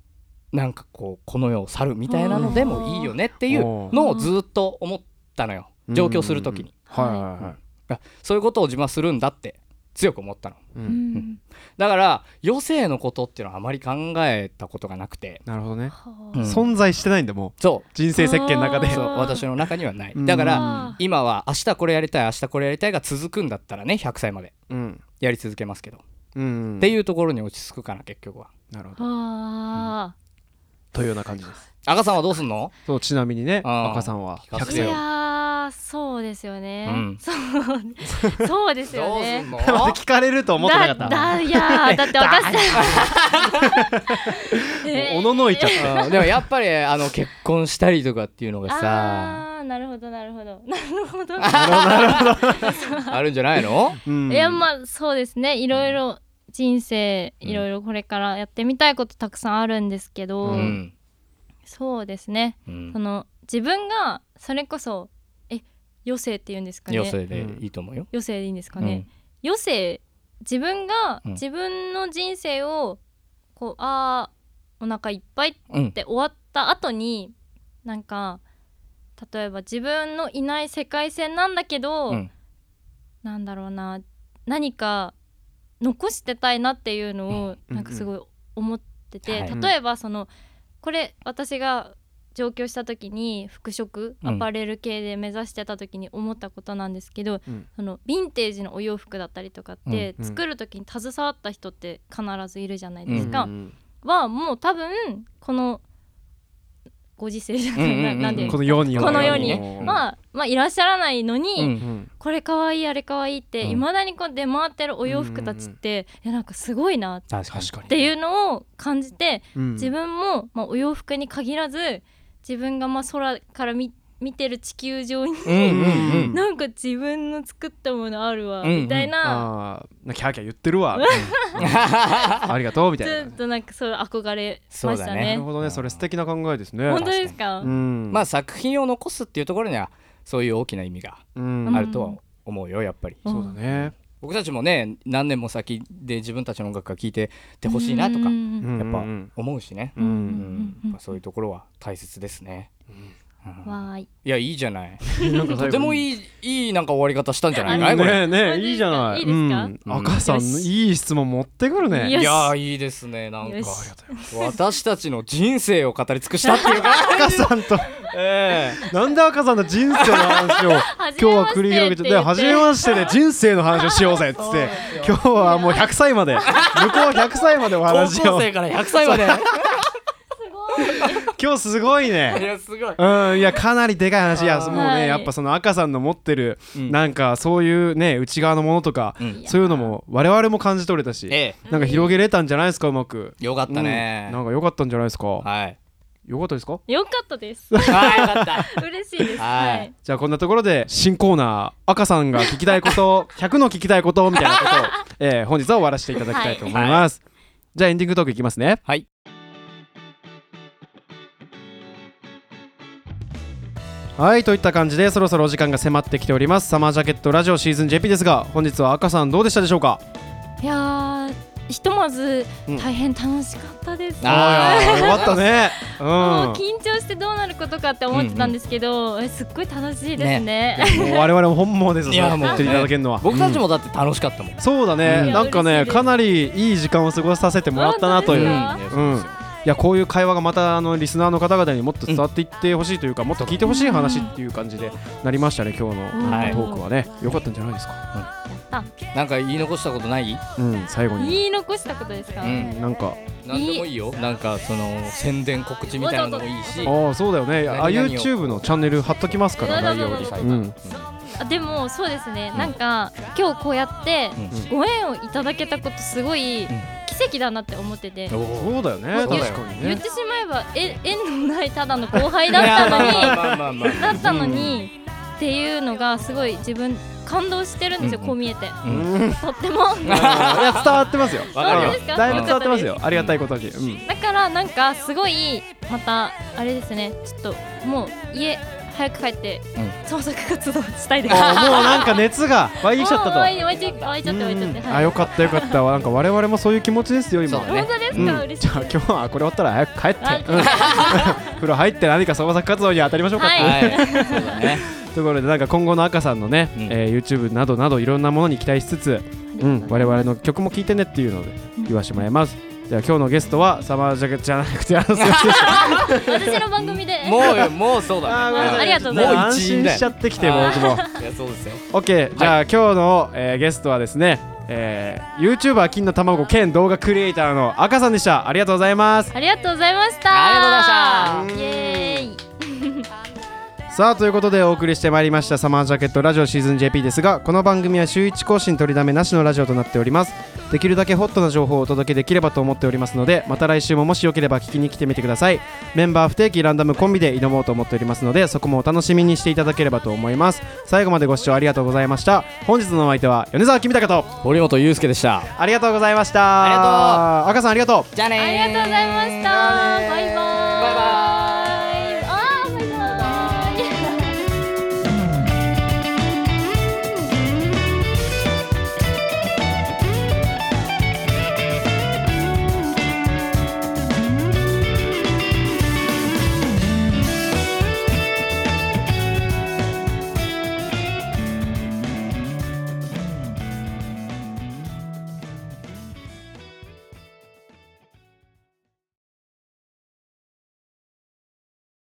なんかこうこの世を去るみたいなのでもいいよねっていうのをずっと思ったのよ上京する時に
はいはいはい
あそういうことを自分はするんだって強く思ったの
う
うんん
だから余生のことっていうのはあまり考えたことがなくて、
なるほどね、
は
うん
あ
存在してないんだも
そう
人生設計の中
う
で
あー
そう私の中にはない
うん
だか
う
ら
ん
今は明日これやりたい明日これやりたいが続くんだったらね100歳まで
うん
やり続けますけど
うん
っていうところに落ち着くかな結局は
なるほど
あ
というような感じです
赤さんはどうすんの
そうちなみにね
あー
赤さんは
聞か
100歳
せて
ーい
を
よ
やーそうですよね、
うん
そうそうですよ ね
の
また聞かれると思ってなか
だ
った
だいやーだっ て私えー
おののいちゃっ
うんでもやっぱりあの結婚したりとかっていうのがさ
あーなるほどなるほどなるほど
あるんじゃないの
た、うん
いやまあそうですねいろいろ人生
うん
いろいろこれからやってみたいことたくさんあるんですけど、
うん
そうですね
うん
その自分がそれこそえ余生っていうんですかね
余生でいいと思うよ
余生でいいんですか
う
ね
ん、
余生自分が
うん
自分の人生をこうあーお腹いっぱいっ
うん
て終わった後になんか例えば自分のいない世界線なんだけど、
うん
なんだろうな何か残してたいなっていうのを
うん
なんかすごい思ってて、
はい
例えばそのこれ私が上京した時に服飾
うん
アパレル系で目指してた時に思ったことなんですけど、
うん
そのヴィンテージのお洋服だったりとかって、
うんうん
作る時に携わった人って必ずいるじゃない
うん
ですか、
うん
はもう多分このご時世じゃない、
うんうんうんうん
ななんで
このように
この世に
ねうん
まあ、まあいらっしゃらないのに、
うん
うん
これかわいいあれかわいいって
うん
いま、未だにこう出回ってるお洋服たちって、いやなんかすごいなっ
確かに
て
う
いうのを感じて、
うん
自分も、まあ、お洋服に限らず自分がまあ空から見見てる地球上に、
んうんうん
なんか自分の作ったものあるわ、
うんうん
みたいな
あーキャーキャー言ってるわありがとうみた
ず
い
っ
な
となんかそう憧れ
そ
ま
う
し
だ
た
ね
な
ね
るほどねそれ素敵な考えですね
本当ですか、
うん
まあ作品を残すっていうところにはそういう大きな意味が
うん
あるとは思うよやっぱり、
うん
そうだね
僕たちもね何年も先で自分たちの音楽が聴いててほしいなとか
う
や
ん
や
っぱ思うしね、
う
うん
ん
やっぱそういうところは大切ですね、うん
わーい
いやいいじゃない
なんか最後
と
に
てもいいいいなんか終わり方したんじゃないか
ね
いこれ
えね
本当ですか
えいいじゃない
いいですか
うん赤さん
よし
いい質問持ってくるね
よし
いやーいいですねなんか
よし
私たちの人生を語り尽くしたっていう か
赤さんと
え
なんで赤さんの人生の話を今日は繰り広げてで初めましてで人生の話をしようぜっつって今日はもう100歳まで向こうは100歳までお
え高
話
校
を
生から100歳まで
今日すごい
い
ね
やすごい
うんいやかなりでかい話いや
あー
もうね、
はい
やっぱその赤さんの持ってる
うん
なんかそういうね内側のものとか、
うん
そういうのも我々も感じ取れたし、
え
なんか広げれたんじゃないですかうまく
えよかった
う
ね
んなんか良かったんじゃないですか、
はい
良かったですか
よかっ たです。
はいよかった
嬉しいです。
はい
はい。
じゃあこんなところで新コーナー赤さんが聞きたいこと 100の聞きたいことみたいなことを、えー本日は終わらせていただきたいと思います、じゃあエンディングトークいきますね
はい
はいといった感じでそろそろお時間が迫ってきておりますサマージャケットラジオシーズン JP ですが本日は赤さんどうでしたでしょうか
いやー、ひとまず
うん
大変楽しかったです。
あー
ーよかったねう
もうん緊張してどうなることかって思ってたんですけど、えすっごい楽しいです ね。
もう我々も本望ですよ
いや
そう
もう
言っていただけるのは、
僕たちもだって楽しかったもん、
そうだ
う
ね
ん
なんか
い
ね
や嬉しいです
かなりいい時間を過ごさせてもらったなといううんい
本
いや
うん
そうですよ
やこういう会話がまたあのリスナーの方々にもっと伝わっていってほしいというかもっと聞いてほしい話っていう感じでなりましたね今日の
はい
トークはね良かったんじゃないですか
なんか言い残したことない
うん最後に
言い残したことですか、
うん
うんなんか
なんでもいいよなんかその宣伝告知みたいなのもいいし
ああそうだよねあ
何々を
YouTube のチャンネル貼っときますから概要に
そ
そう
うそう
うん
あでもそうですね、
うん
なんか今日こうやって
うん
ご縁をいただけたことすごい
ん
奇跡だなって思ってて、
おー
そうだよね
そうだよ
確かに
言
ね
ってしまえばえ縁のないただの後輩だったの
いや
に。
まあまあまあま
だったのに、っていうのがすごい自分感動してるんですよ、
うんうん
こう見えて
う
うん
い
とっ ても
や伝わってますよ
わかるよ
うんだいぶ伝わってます
よ
よありがたいことにうん
だからなんかすごいまたあれですねちょっともう家早く帰って
う
創作活動したいです
あーもうなんか熱が湧いてきちゃった
もう
と
湧い湧いちゃって湧いちゃって湧いちゃって
うん
は
あ
い
よかったよかったなんか我々もそういう気持ちですよ今
そうだね
本当です
うん
か、嬉
じ
しい
ゃあ今日はこれ終わったら早く帰
は
っ
い
て、うん、風呂入って何か創作活動に当たりましょうかって、
あ
は
はいそうだね
ところでなんか今後の赤さんのね、
うん
えー YouTube などなどいろんなものに期待しつつ、うん、我々の曲も聴いてねっていうので言わしてもらいます、では今日のゲストはサマージャケットじゃなくてあのすいません
私の番組で
もうよもうそう
ー
だね
ごめんなさ
ありがとうござい
も
も
う
う
安
一員
心
だ
しちゃ
よ
ってきて僕も
いやそうですよ
OK じゃあ、今日の、えーゲストはですね、えー、YouTuber 金の卵兼動画クリエイターの赤さんでしたありがとうございます
ありがとうございました
あ
りがとうございました
イエーイ
さあということでお送りしてまいりましたサマージャケットラジオシーズン JP ですがこの番組は週1更新取りだめなしのラジオとなっておりますできるだけホットな情報をお届けできればと思っておりますのでまた来週ももしよければ聞きに来てみてくださいメンバー不定期ランダムコンビで挑もうと思っておりますのでそこもお楽しみにしていただければと思います最後までご視聴ありがとうございました本日のお相手は米沢君高と
堀本裕介でした
ありがとうございました
ありが
とう赤さんありがとう
じゃあね
ありがとうございましたバイバイ